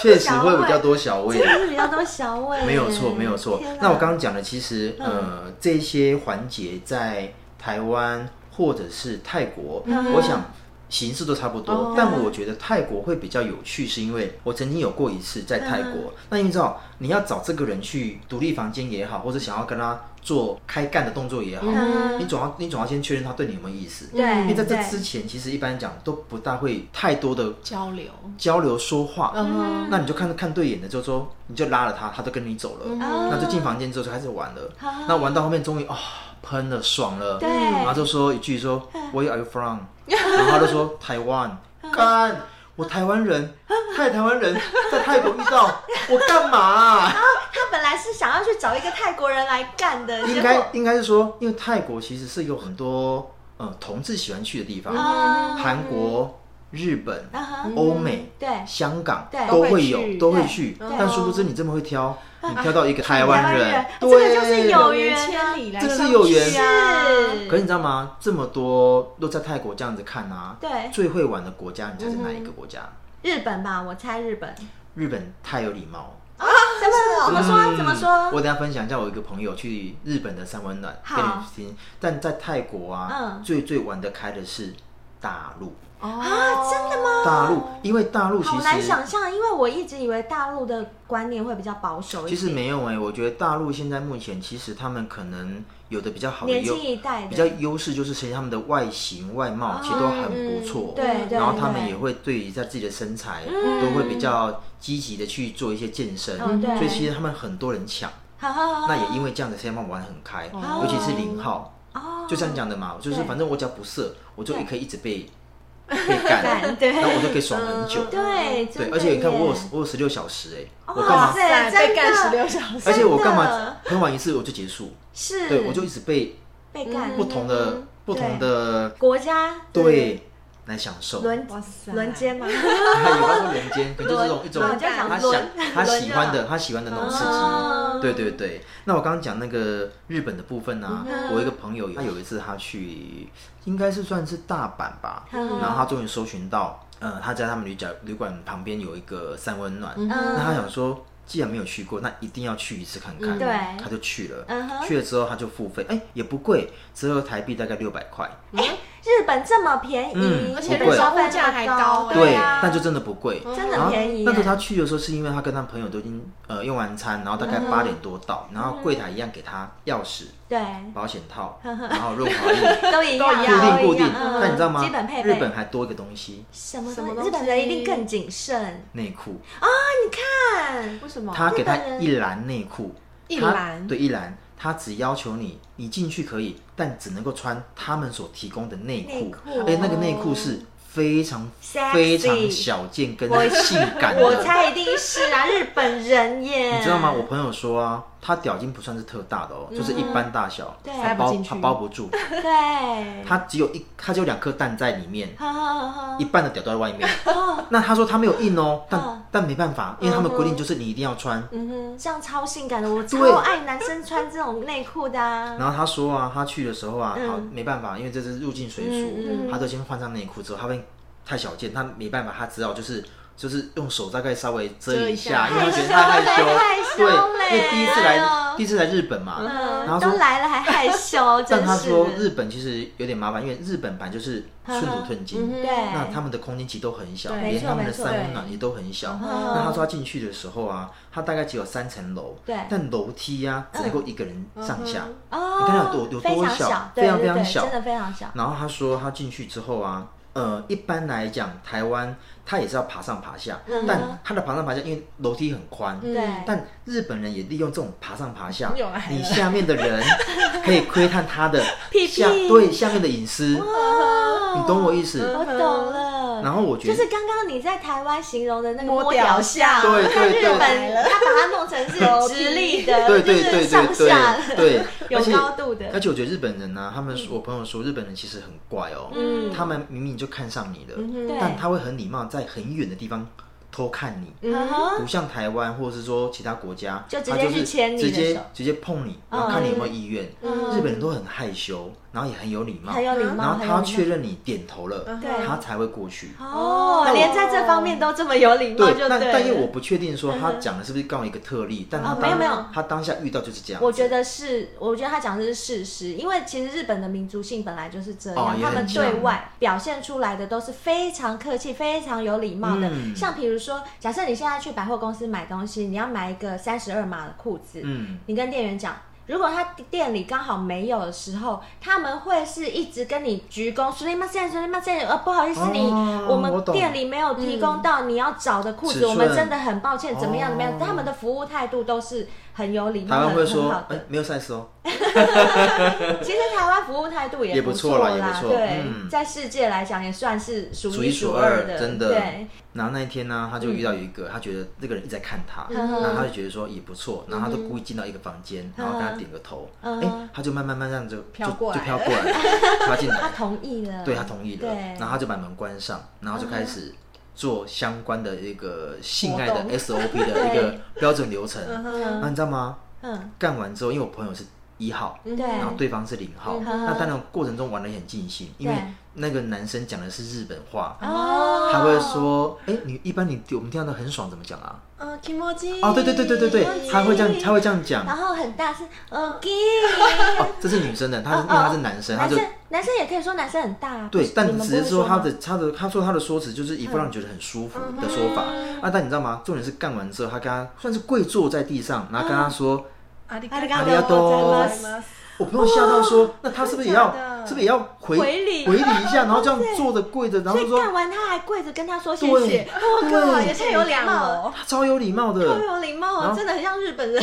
S3: 确实会比较多小味。
S2: 就是比较多 小味，
S3: 没有错，没有错
S2: 嗯天哪。嗯
S3: 那我刚刚讲的，其实呃，这些环节在台湾或者是泰国，
S2: 嗯
S3: 我想形式都差不多。
S2: 哦
S3: 但我觉得泰国会比较有趣，是因为我曾经有过一次在泰国。
S2: 嗯
S3: 那你知道，你要找这个人去独立房间也好，或者想要跟他做开干的动作也好，
S2: 嗯
S3: 你总要你总要先确认他对你有没有意思。
S2: 对，
S3: 因为在这
S2: 对
S3: 之前，其实一般讲都不大会太多的
S6: 交流，
S3: 交流说话，
S6: 嗯
S3: 那你就看看对眼的，就说你就拉了他，他就跟你走
S2: 嗯
S3: 了，那
S2: 哦
S3: 就进房间之后就开始玩了，那玩到后面终于啊喷了爽了，
S2: 对嗯
S3: 然后就说一句说 Where are you from？然后他就说台湾，干我台湾人，泰台湾人在泰国遇到我干嘛啊、
S2: 他本来是想要去找一个泰国人来干的，
S3: 应
S2: 结
S3: 该
S2: 果
S3: 应该是说，因为泰国其实是有很多呃同志喜欢去的地方，
S2: 啊
S3: 韩国、日本、
S2: 啊哈
S3: 欧美、
S2: 对
S3: 香港
S2: 嗯对
S3: 都会有，
S6: 都
S3: 都
S2: 会
S3: 会
S2: 去
S3: 去
S2: 对。哦嗯啊
S3: 但殊不知你这么会挑，你挑到一个台湾
S2: 台湾人
S3: 人，
S2: 这个就是有
S6: 有缘千里来
S3: 这
S6: 相聚啊，
S3: 个是有缘
S2: 是
S3: 可是你知道吗？这么多都在泰国这样子看啊，
S2: 对
S3: 最会玩的国家，你猜是哪一个国家？
S2: 日本吧，我猜日本。
S6: 哦
S3: 日本太有礼貌。
S2: 怎嗯哦么怎么说？
S3: 嗯
S2: 怎么说？
S3: 我等一下分享一下，我一个朋友去日本的三温暖
S2: 好
S3: 给你听。但在泰国啊，
S2: 嗯
S3: 最最玩得开的是大陆。
S1: 哦
S6: 哦
S2: 啊，真的吗？
S3: 大陆，因为大陆其
S2: 哦好难
S3: 实
S2: 想象，因为我一直以为大陆的观念会比较保守一
S3: 其
S2: 点，
S3: 实没有哎、我觉得大陆现在目前其实他们可能有的比较好的
S2: 年轻
S3: 优
S2: 一代的
S3: 比较优势就是其实他们的外形外貌其实都很不错，
S2: 嗯对对
S3: 然后他们
S2: 对
S3: 也会对于在自己的身材都会比较积极的去做一些健身，
S2: 嗯对哦
S3: 所以其实他们很多人抢，
S2: 好好好，
S3: 那也因为这样子，现在他们玩很开，尤其是零号，
S2: 哦
S3: 就像你讲的嘛，就是
S2: 对
S3: 反正我只要不射，我就也可以一直被被 干
S2: 干，对
S3: 然后我就可以爽很久，
S2: 对
S3: 对，
S2: 真的
S3: 而且你看我有
S2: 耶
S3: 我有十六小时哎、我干
S2: 哇
S3: 嘛？
S2: 塞，真
S6: 被
S2: 的
S6: 干十六小时，
S3: 而且我
S2: 真
S3: 干嘛
S2: 的
S3: 喷完一次我就结束？
S2: 是
S3: 对，我就一直被
S2: 被干
S3: 不同的、
S2: 嗯
S3: 不同的
S2: 国家
S3: 对来享受。
S2: 轮
S6: 哇塞
S2: 轮奸吗？
S3: 他有他说轮奸，可能就是这种一种
S2: 我就想
S3: 他
S2: 轮
S3: 想他
S2: 轮
S3: 喜
S2: 啊
S3: 欢的他喜欢的那种刺激。
S2: 哦
S3: 对对对，那我刚刚讲那个日本的部分呢、
S2: 嗯
S3: 我一个朋友他有一次他去，应该是算是大阪吧，
S2: 嗯
S3: 然后他终于搜寻到，呃，他在他们旅馆旅馆旁边有一个三温暖，
S2: 嗯
S3: 那他想说，既然没有去过，那一定要去一次看
S2: 嗯
S3: 看。
S2: 对
S3: 他就去了。
S2: 嗯哼
S3: 去了之后他就付费，哎、也不贵，折合台币大概六百块。
S2: 日本这么便宜，
S3: 嗯
S6: 而且
S3: 不贵
S2: 消费
S6: 物价还高
S2: 对
S3: 对
S2: 啊，，
S3: 但就真的不贵。
S2: 真
S3: 然
S2: 的
S3: 后
S2: 便宜耶。
S3: 那时候他去的时候，是因为他跟他朋友都已经呃用完餐，然后大概八点多到，
S2: 嗯
S3: 然后柜台一样给他钥匙、
S2: 对
S3: 保险套，
S2: 嗯
S3: 然后润滑液，
S2: 都一样，
S6: 都一样
S2: 都
S3: 固
S2: 一样
S3: 定固定。
S2: 嗯
S3: 但你知道吗？
S2: 基本配备。
S3: 日本还多一个东西，
S2: 什么
S6: 什么
S2: 东
S6: 东西
S2: 西？日本人一定更谨慎。
S3: 内裤。哎
S2: 看，
S6: 为什么？
S3: 他给他
S2: 日本人
S3: 一篮内裤，
S6: 一
S3: 他
S6: 篮
S3: 对一篮，他只要求你，你进去可以，但只能够穿他们所提供的内
S2: 内
S3: 裤
S2: 裤，
S3: 而且那个内裤是非常
S2: Sexy
S3: 非常小件跟
S2: 我
S3: 性感
S2: 我
S3: 的。
S2: 猜一定是 啊，日本人耶。
S3: 你知道吗？我朋友说啊，他屌筋不算是特大的哦，就是一般大小，
S2: 对
S3: 他
S2: 塞不
S3: 包
S6: 进去
S3: 他包不住，
S2: 对，
S3: 他只有一，他只有两颗蛋在里面，
S2: 呵呵呵
S3: 一半的屌都在外面。那他说他没有硬哦，
S2: 嗯
S3: 但但没办法，因为他们规定就是你一定要穿，
S2: 这样嗯超性感的，我
S3: 对
S2: 超爱男生穿这种内裤的啊。
S3: 然后他说啊，他去的时候啊，
S2: 嗯
S3: 好没办法，因为这是入境随俗，
S2: 嗯嗯
S3: 他都先换上内裤之后，他会太小件，他没办法，他只好就是就是用手大概稍微遮一
S6: 遮一下
S3: 下，因为他觉得他害羞，
S2: 害羞嘞
S3: 对，因为第一次来、
S2: 哎呦
S3: 第一次来日本嘛，然
S2: 嗯，
S3: 后他
S2: 都
S3: 说。
S2: 来了还害羞，真
S3: 但
S2: 是。
S3: 他说日本其实有点麻烦，因为日本版就是寸土寸金，
S2: 对，
S3: 那他们的空间其实都很小，
S6: 对
S2: 嗯没
S3: 连
S2: 错
S3: 他们的
S2: 没错
S3: 三温暖也都很小。
S2: 嗯
S3: 那他说他进去的时候啊，他大概只有三层楼，
S2: 对
S3: 但楼梯啊只能够一个人上下。
S2: 哦，
S3: 你看有多有多
S2: 非常
S3: 小
S2: 小，
S3: 非
S2: 对
S3: 常
S2: 对
S3: 非常
S2: 对
S3: 小
S2: 真的非常小。
S3: 然后他说他进去之后啊，呃，一般来讲台湾他也是要爬上爬下，
S2: 嗯
S3: 但他的爬上爬下因为楼梯很宽，
S2: 对，
S3: 嗯但日本人也利用这种爬上爬下
S2: 啊
S6: 又来了，
S3: 你下面的人可以窥探他的
S2: 屁屁
S3: 下对下面的隐私，
S2: 哦
S3: 你懂我意思？
S2: 我懂了。
S3: 然后我
S2: 就
S3: 觉得
S2: 是刚刚你在台湾形容的那个
S6: 摸
S2: 摸
S6: 屌
S2: 屌
S6: 像
S2: 像，
S3: 对对
S2: 在
S3: 对
S2: 日本他把它弄成是直立的，
S3: 对对
S2: 就是
S3: 对
S2: 上
S3: 对
S2: 下
S3: 对对，
S2: 有
S3: 而且
S2: 高度的
S3: 而且我觉得日本人呢、他们说我朋友说日本人其实很怪哦，
S2: 嗯
S3: 他们明明就看上你了，
S1: 嗯
S2: 对
S3: 但他会很礼貌，在很远的地方偷看你。
S2: 嗯
S3: 不
S2: 哼
S3: 像台湾或者是说其他国家，
S2: 就直接
S3: 他就是
S2: 去牵你的
S3: 直接
S2: 手嗯
S3: 直接碰你，然后看你有没有意愿。日本人都很害羞，然后也很有礼貌，
S2: 很有礼貌
S3: 然后他
S2: 很有礼貌
S3: 要
S2: 嗯
S3: 确认你点头了，
S2: 对
S3: 他才会过去。
S2: 哦
S3: 那，我
S2: 连在这方面都这么有礼貌，就
S3: 但
S2: 了嗯
S3: 但因为我不确定说他讲的是不是刚好一个特例，但他
S2: 哦没有
S3: 当
S2: 没有
S3: 他当下遇到就是这样子。
S2: 我觉得是，我觉得他讲的是事实，因为其实日本的民族性本来就是这样，
S3: 哦也
S2: 他
S3: 很
S2: 们
S3: 像
S2: 对外表现出来的都是非常客气、非常有礼貌的。
S3: 嗯
S2: 像比如说，假设你现在去百货公司买东西，你要买一个三十二码的裤子，
S3: 嗯，
S2: 你跟店员讲。如果他店里刚好没有的时候，他们会是一直跟你鞠躬，s u m a s e n s u m a s e n 呃，不好意思，
S3: 哦
S2: 你我
S3: 我
S2: 们
S3: 懂
S2: 店里没有提供到你要找的裤
S3: 尺
S2: 子，
S3: 寸
S2: 我们真的很抱歉，怎么样怎么样
S3: 哦，
S2: 他们的服务态度都是很有礼貌，
S3: 台湾会
S2: 很
S3: 说
S2: 很好
S3: 哎
S2: 的。
S3: 没有 size 哦，
S2: 其实台湾服务态度
S3: 也
S2: 不
S3: 不
S2: 错
S3: 错啦也不错
S2: 对，
S3: 嗯
S2: 在世界来讲也算是数
S3: 数
S2: 一
S3: 一
S2: 数
S3: 数
S2: 二
S3: 二
S2: 的，
S3: 真的
S2: 对，
S3: 然后那一天呢，他就遇到一个，他觉得那个人一直在看他，
S2: 嗯哼
S3: 然后他就觉得说也不错，然后他就故意进到一个房间，然后跟他点个头，
S2: 嗯
S3: 哎，他就慢慢慢慢这样就
S6: 飘
S3: 就
S6: 过来
S3: 就飘过来， 他进
S2: 他
S3: 来，
S2: 同意了，
S3: 对他同意了，
S2: 对嗯
S3: 然后他就把门关上，然后就开始做相关的一个性爱的 SOP 的一个标准流程。那啊你知道吗？
S2: 嗯，
S3: 干完之后，因为我朋友是一号，
S2: 对，
S3: 然后对方是零号，
S2: 嗯哼
S3: 那当然过程中玩的很尽兴，因为
S2: 对
S3: 那个男生讲的是日本话。
S2: 哦
S3: 他会说：“哎、你一般你我们听到的很爽，怎么讲啊？
S6: 嗯 k i m o j i
S2: 哎
S3: 哦，对对对对对对，他会这样，他会这样讲。
S2: 然后很大声，OK，
S3: 哦，这是女生的，他是因为他是男生，他
S2: 男
S3: 就
S2: 生男生也可以说男生很大，
S3: 对，但
S2: 你们不
S3: 只是
S2: 会
S3: 说他
S2: 吗嗯
S3: 的他的他说他的说辞就是一副让你觉得很舒服的说法啊。但你知道吗？重点是干完之后，他跟他算是跪坐在地上，然后跟他说，
S6: 阿里
S2: 阿
S3: 里嘎多我朋友吓到
S2: 哦
S3: 说，那他是不是也要
S6: 真的假的
S3: 是不是也要回
S2: 回礼哦
S3: 回礼一下，然后这样坐着跪着，然后
S2: 所
S3: 就
S2: 以
S3: 说
S2: 干完他还跪着跟他说谢谢
S3: 对，
S2: 我靠，
S3: 对
S2: 也太有礼貌了，
S3: 他超有礼貌
S2: 好
S3: 的，
S2: 有礼貌
S3: 然
S2: 哦，
S3: 后
S2: 真的很像日本人，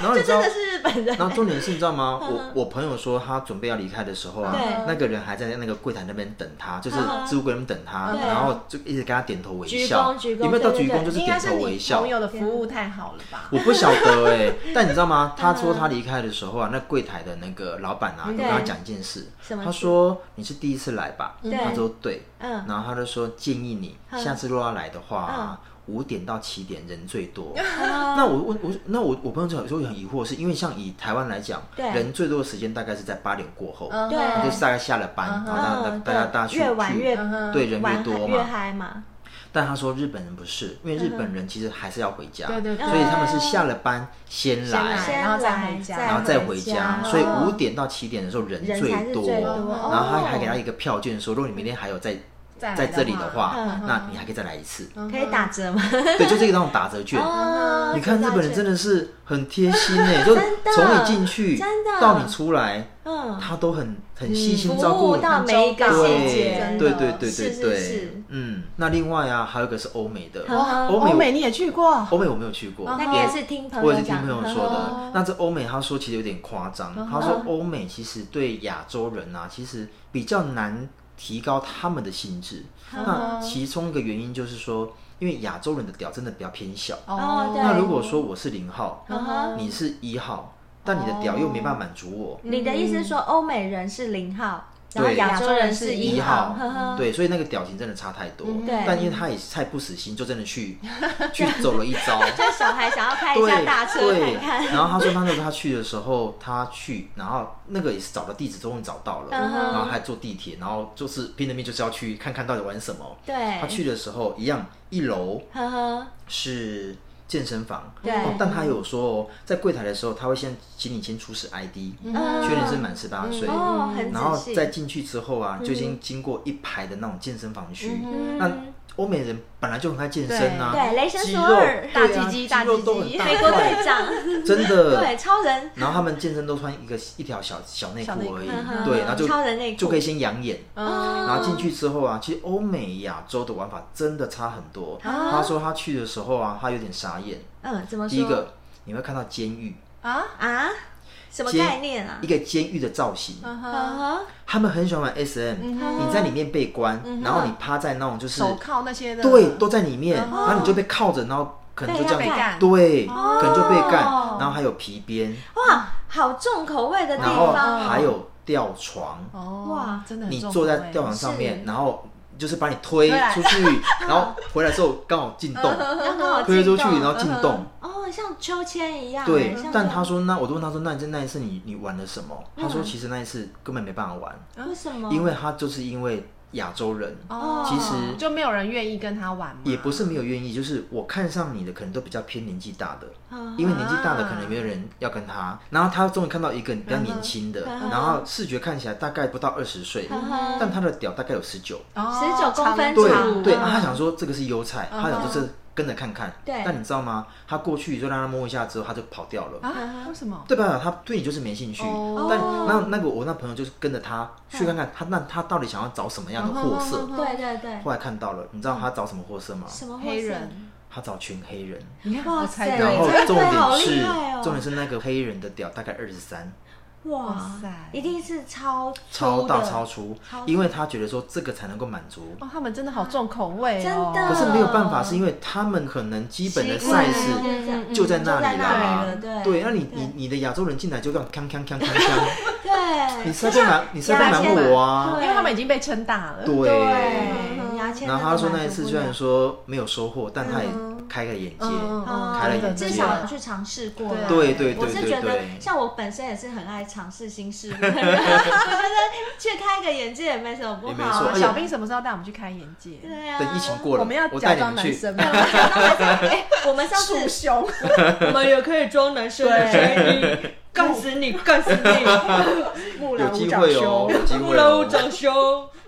S3: 然后
S2: 这
S3: 你知
S2: 真
S3: 道
S2: 的。是日本人，
S3: 然后重点是，你知 道吗？我我朋友说，他准备要离开的时候啊
S2: 对，
S3: 那个人还在那个柜台那边等他，就是
S2: 嗯
S3: 置物柜那边等他，
S2: 对
S3: 然后就一直给他点头微
S2: 鞠
S3: 笑
S2: 躬，鞠躬
S3: 有没有到
S2: 对对
S3: 鞠躬
S2: 对
S3: 就是
S6: 应
S3: 点
S6: 该是
S3: 头微
S6: 你
S3: 笑
S6: 朋？友的服务太好了吧？
S3: 我不晓得哎、 但你知道吗？他说他离开的时候啊，那柜台的那个老板啊，有跟他讲一件事
S2: 嗯什么，事
S3: 他说你是第一次来吧？
S2: 对
S3: 他说对，
S2: 嗯
S3: 然后他就说建议你
S2: 嗯
S3: 下次若要来的话啊，五点到七点人最 多。
S2: 哦
S3: 那我我我那我我朋友就有时候很疑惑，是因为像以台湾来讲，
S2: 对
S3: 人最多的时间大概是在八点过后，
S6: 嗯
S3: 就
S2: 对
S3: 是大概下了班，然后大家
S2: 嗯
S3: 大家大家去
S2: 越晚越嗯
S3: 对人越
S2: 晚
S3: 多
S2: 越
S3: 嘛。
S2: 嗨嘛，
S3: 但他说日本人不是，因为日本人其实还是要回家，
S6: 对嗯对对
S3: 所以他们是下了班先
S6: 先来
S3: 来，
S6: 然后再回家
S3: 然后再回
S2: 哦
S3: 所以五点到七点的时候人
S2: 人
S3: 最
S2: 才是
S3: 多，
S2: 最多，
S6: 哦
S3: 然后他还给他一个票券说，如果你明天还有在
S6: 再来
S3: 在这里
S6: 的
S3: 的
S6: 话
S3: 话
S6: 嗯，
S3: 那你还可以再来一次。
S2: 可以打折吗？
S3: 对，就是一个那种打折券。
S2: 嗯哦
S3: 你看日本人真的是很贴 心哎，就
S2: 真的
S3: 从你进去
S2: 真的
S3: 到你出来，
S2: 嗯，
S3: 他都很很细心照
S2: 服
S3: 顾
S2: 务
S3: 你。
S2: 到每一个细
S3: 对
S2: 节，
S3: 对对对
S2: 是
S3: 对
S2: 是
S3: 对
S2: 是，，
S3: 嗯，那另外啊，还有一个是欧美的，
S2: 呵
S3: 欧
S6: 欧
S3: 美
S6: 美你也去过，
S3: 欧美我没有去过，
S2: 哦那你也是听朋友
S3: 我也是听
S2: 讲哦
S3: 朋友说的。那这欧美他说其实有点夸张，他说欧美其实对亚洲人啊，其实比较难提高他们的心智。
S2: 嗯
S3: 那其中一个原因就是说，因为亚洲人的屌真的比较偏小。
S2: 哦对
S3: 那如果说我是零号，
S2: 嗯哼
S3: 你是一号，但你的屌又没办法满足我，
S2: 你的意思是说欧美人是零号，然
S3: 对
S2: 后亚洲人是
S3: 一
S2: 号
S3: 号，
S2: 呵呵，嗯
S3: 对，所以那个屌型真的差太多。
S2: 对
S3: 但因为他也是太不死心，就真 的去去走了一遭。
S2: 就小孩想要开一
S3: 对
S2: 下大车
S3: 对
S2: 看看，
S3: 然后他说他那时候他去的时候，他去，然后那个也是找到地址，终于找到了，
S2: 嗯哼
S3: 然后还坐地铁，然后就是拼了命就是要去看看到底玩什么。
S2: 对，
S3: 他去的时候一样，一楼
S2: 呵呵，
S3: 是健身房，
S2: 对
S3: 哦但他有说哦，在柜台的时候他会先请你先出示 ID，
S2: 嗯
S3: 确认是满十八岁。
S2: 哦，很
S3: 然后
S2: 仔细，
S3: 再进去之后啊，就已经经过一排的那种健身房区。
S2: 嗯
S3: 那欧美人本来就很爱健身啊，
S2: 对对雷神
S3: 肌
S2: 索
S3: 肉
S2: 尔
S3: 对啊
S6: 大鸡鸡大
S3: 肉
S6: 鸡
S3: 都
S6: 鸡
S3: 很大
S2: 美国
S3: 块
S2: 队长，
S3: 真的。
S2: 对，超人，
S3: 然后他们健身都穿一个一条小小内裤而已
S6: 小内，
S2: 裤
S3: 嗯对，然后就
S2: 超人内裤
S3: 就可以先养眼。
S6: 嗯，
S3: 然后进去之后啊，其实欧美亚洲的玩法真的差很多。
S2: 啊
S3: 他说他去的时候啊，他有点傻眼。
S2: 嗯，怎么说？
S3: 第一个，你会看到监狱，
S6: 啊，
S2: 啊，什么
S3: 监
S2: 概念啊
S3: 一？个监狱的造型，
S2: 呵
S6: 嗯
S2: 呵，
S3: 他们很喜欢玩 SM，你
S2: 嗯
S3: 在里面被关，然后你趴在那种就是
S6: 手铐那些的，
S3: 对，都在里面，然后你就被铐着，然后可能就这
S2: 嗯被哦
S3: 样，
S6: 干
S3: 对，可能就被干，然后还有皮鞭，
S2: 哇，好重口味的地
S3: 然后
S2: 方哦，
S3: 还有吊床，
S6: 哦，
S2: 哇
S6: 真的很
S3: 你
S6: 重
S3: 坐在
S6: 口
S1: 哎
S6: 味
S3: 吊床上面
S2: 是，
S3: 然后就是把你推
S6: 推来
S3: 出去，然后回来之后刚好进洞，
S2: 然后好
S3: 推出去
S2: 嗯进洞
S3: 然后进洞。
S2: 哦，像秋千一样，
S3: 对
S2: 像，
S3: 但他
S2: 秋
S3: 说那我就问他说，那你那一次你你玩了什么？他说其实那一次根本没办法玩，
S2: 为什么？
S3: 因为他就是因为亚洲人，
S6: 哦，
S3: 其实
S6: 就没有人愿意跟他玩嘛，
S3: 也不是没有愿意，就是我看上你的可能都比较偏年纪大的，
S2: 啊
S3: 因为年纪大的可能没有人要跟他，然后他终于看到一个比较年轻的，然后视觉看起来大概不到二十岁，
S2: 呵
S3: 但他的屌大概有十九，
S6: 哦
S2: 19公分
S3: 对
S2: 长度
S3: 对，
S2: 嗯
S3: 啊他想说这个是优菜，他想说这跟着看看，
S2: 对
S3: 但你知道吗？他过去就让他摸一下之后，他就跑掉了。
S6: 啊，为什么？
S3: 对吧？他对你就是没兴趣，
S6: 哦
S3: 但那那个我那朋友就是跟着他
S2: 嗯
S3: 去看看他那他到底想要找什么样的货色，
S2: 对对对，
S3: 后来看到了，你知道他
S2: 嗯
S3: 找什么货色吗？
S2: 什么
S6: 黑
S2: 货色
S6: 人，
S3: 他找全黑人，
S6: 你看
S2: 哇
S6: 我猜
S2: 塞
S6: 到
S3: 然后
S6: 了，
S2: 真的
S3: 重
S2: 哎好
S3: 点
S2: 厉
S3: 是
S2: 害哦
S3: 重点是那个黑人的屌大概二十三，
S2: 哇
S6: 哇塞
S2: 一定是超
S3: 超
S2: 粗
S3: 大
S2: 的
S3: 超粗
S2: 超，粗
S3: 因为他觉得说这个才能够满足。
S6: 哦，他们真的好重口味哦，
S2: 真的
S3: 可是没有办法，是因为他们可能基本的
S2: 习惯嗯了
S3: size
S2: 对对对
S3: 就在那
S2: 就在
S3: 里
S2: 那
S3: 啦
S2: 里了。对
S3: 对，那你你你的亚洲人进来就这样锵锵锵锵锵，
S2: 对，
S3: 你塞不满你塞不
S2: 牙签
S3: 满我啊
S2: 对。
S6: 因为他们已经被撑大了，
S3: 对。
S2: 对，牙签
S3: 然后他说那一次虽然
S2: 说
S3: 说没有收获，但他也开个眼界。
S6: 嗯，嗯
S3: 开了眼界
S2: 至少有去尝试过啦。
S3: 啊对对对
S2: 我是觉
S3: 对
S2: 得
S3: 对
S2: 像我本身也是很爱尝试新事物 的人，我觉得去开个眼界也没什么不
S3: 也没
S2: 好
S3: 错
S2: 啊
S3: 哎。
S6: 小兵什么时候带我们去开眼界？
S2: 对啊，
S3: 等疫情过了，
S6: 我们要假
S3: 带你
S6: 装
S3: 们
S6: 男
S3: 去。
S6: 生吗？
S2: 哎，我们上次
S6: 束胸，
S2: 我们也可以装男生的声 音，干死你，干死
S3: 哦
S2: 你！
S6: 木
S3: 有
S6: 兰无
S3: 机
S6: 长
S3: 会哦，
S6: 胸，
S3: 有机 会哦。
S2: 凶。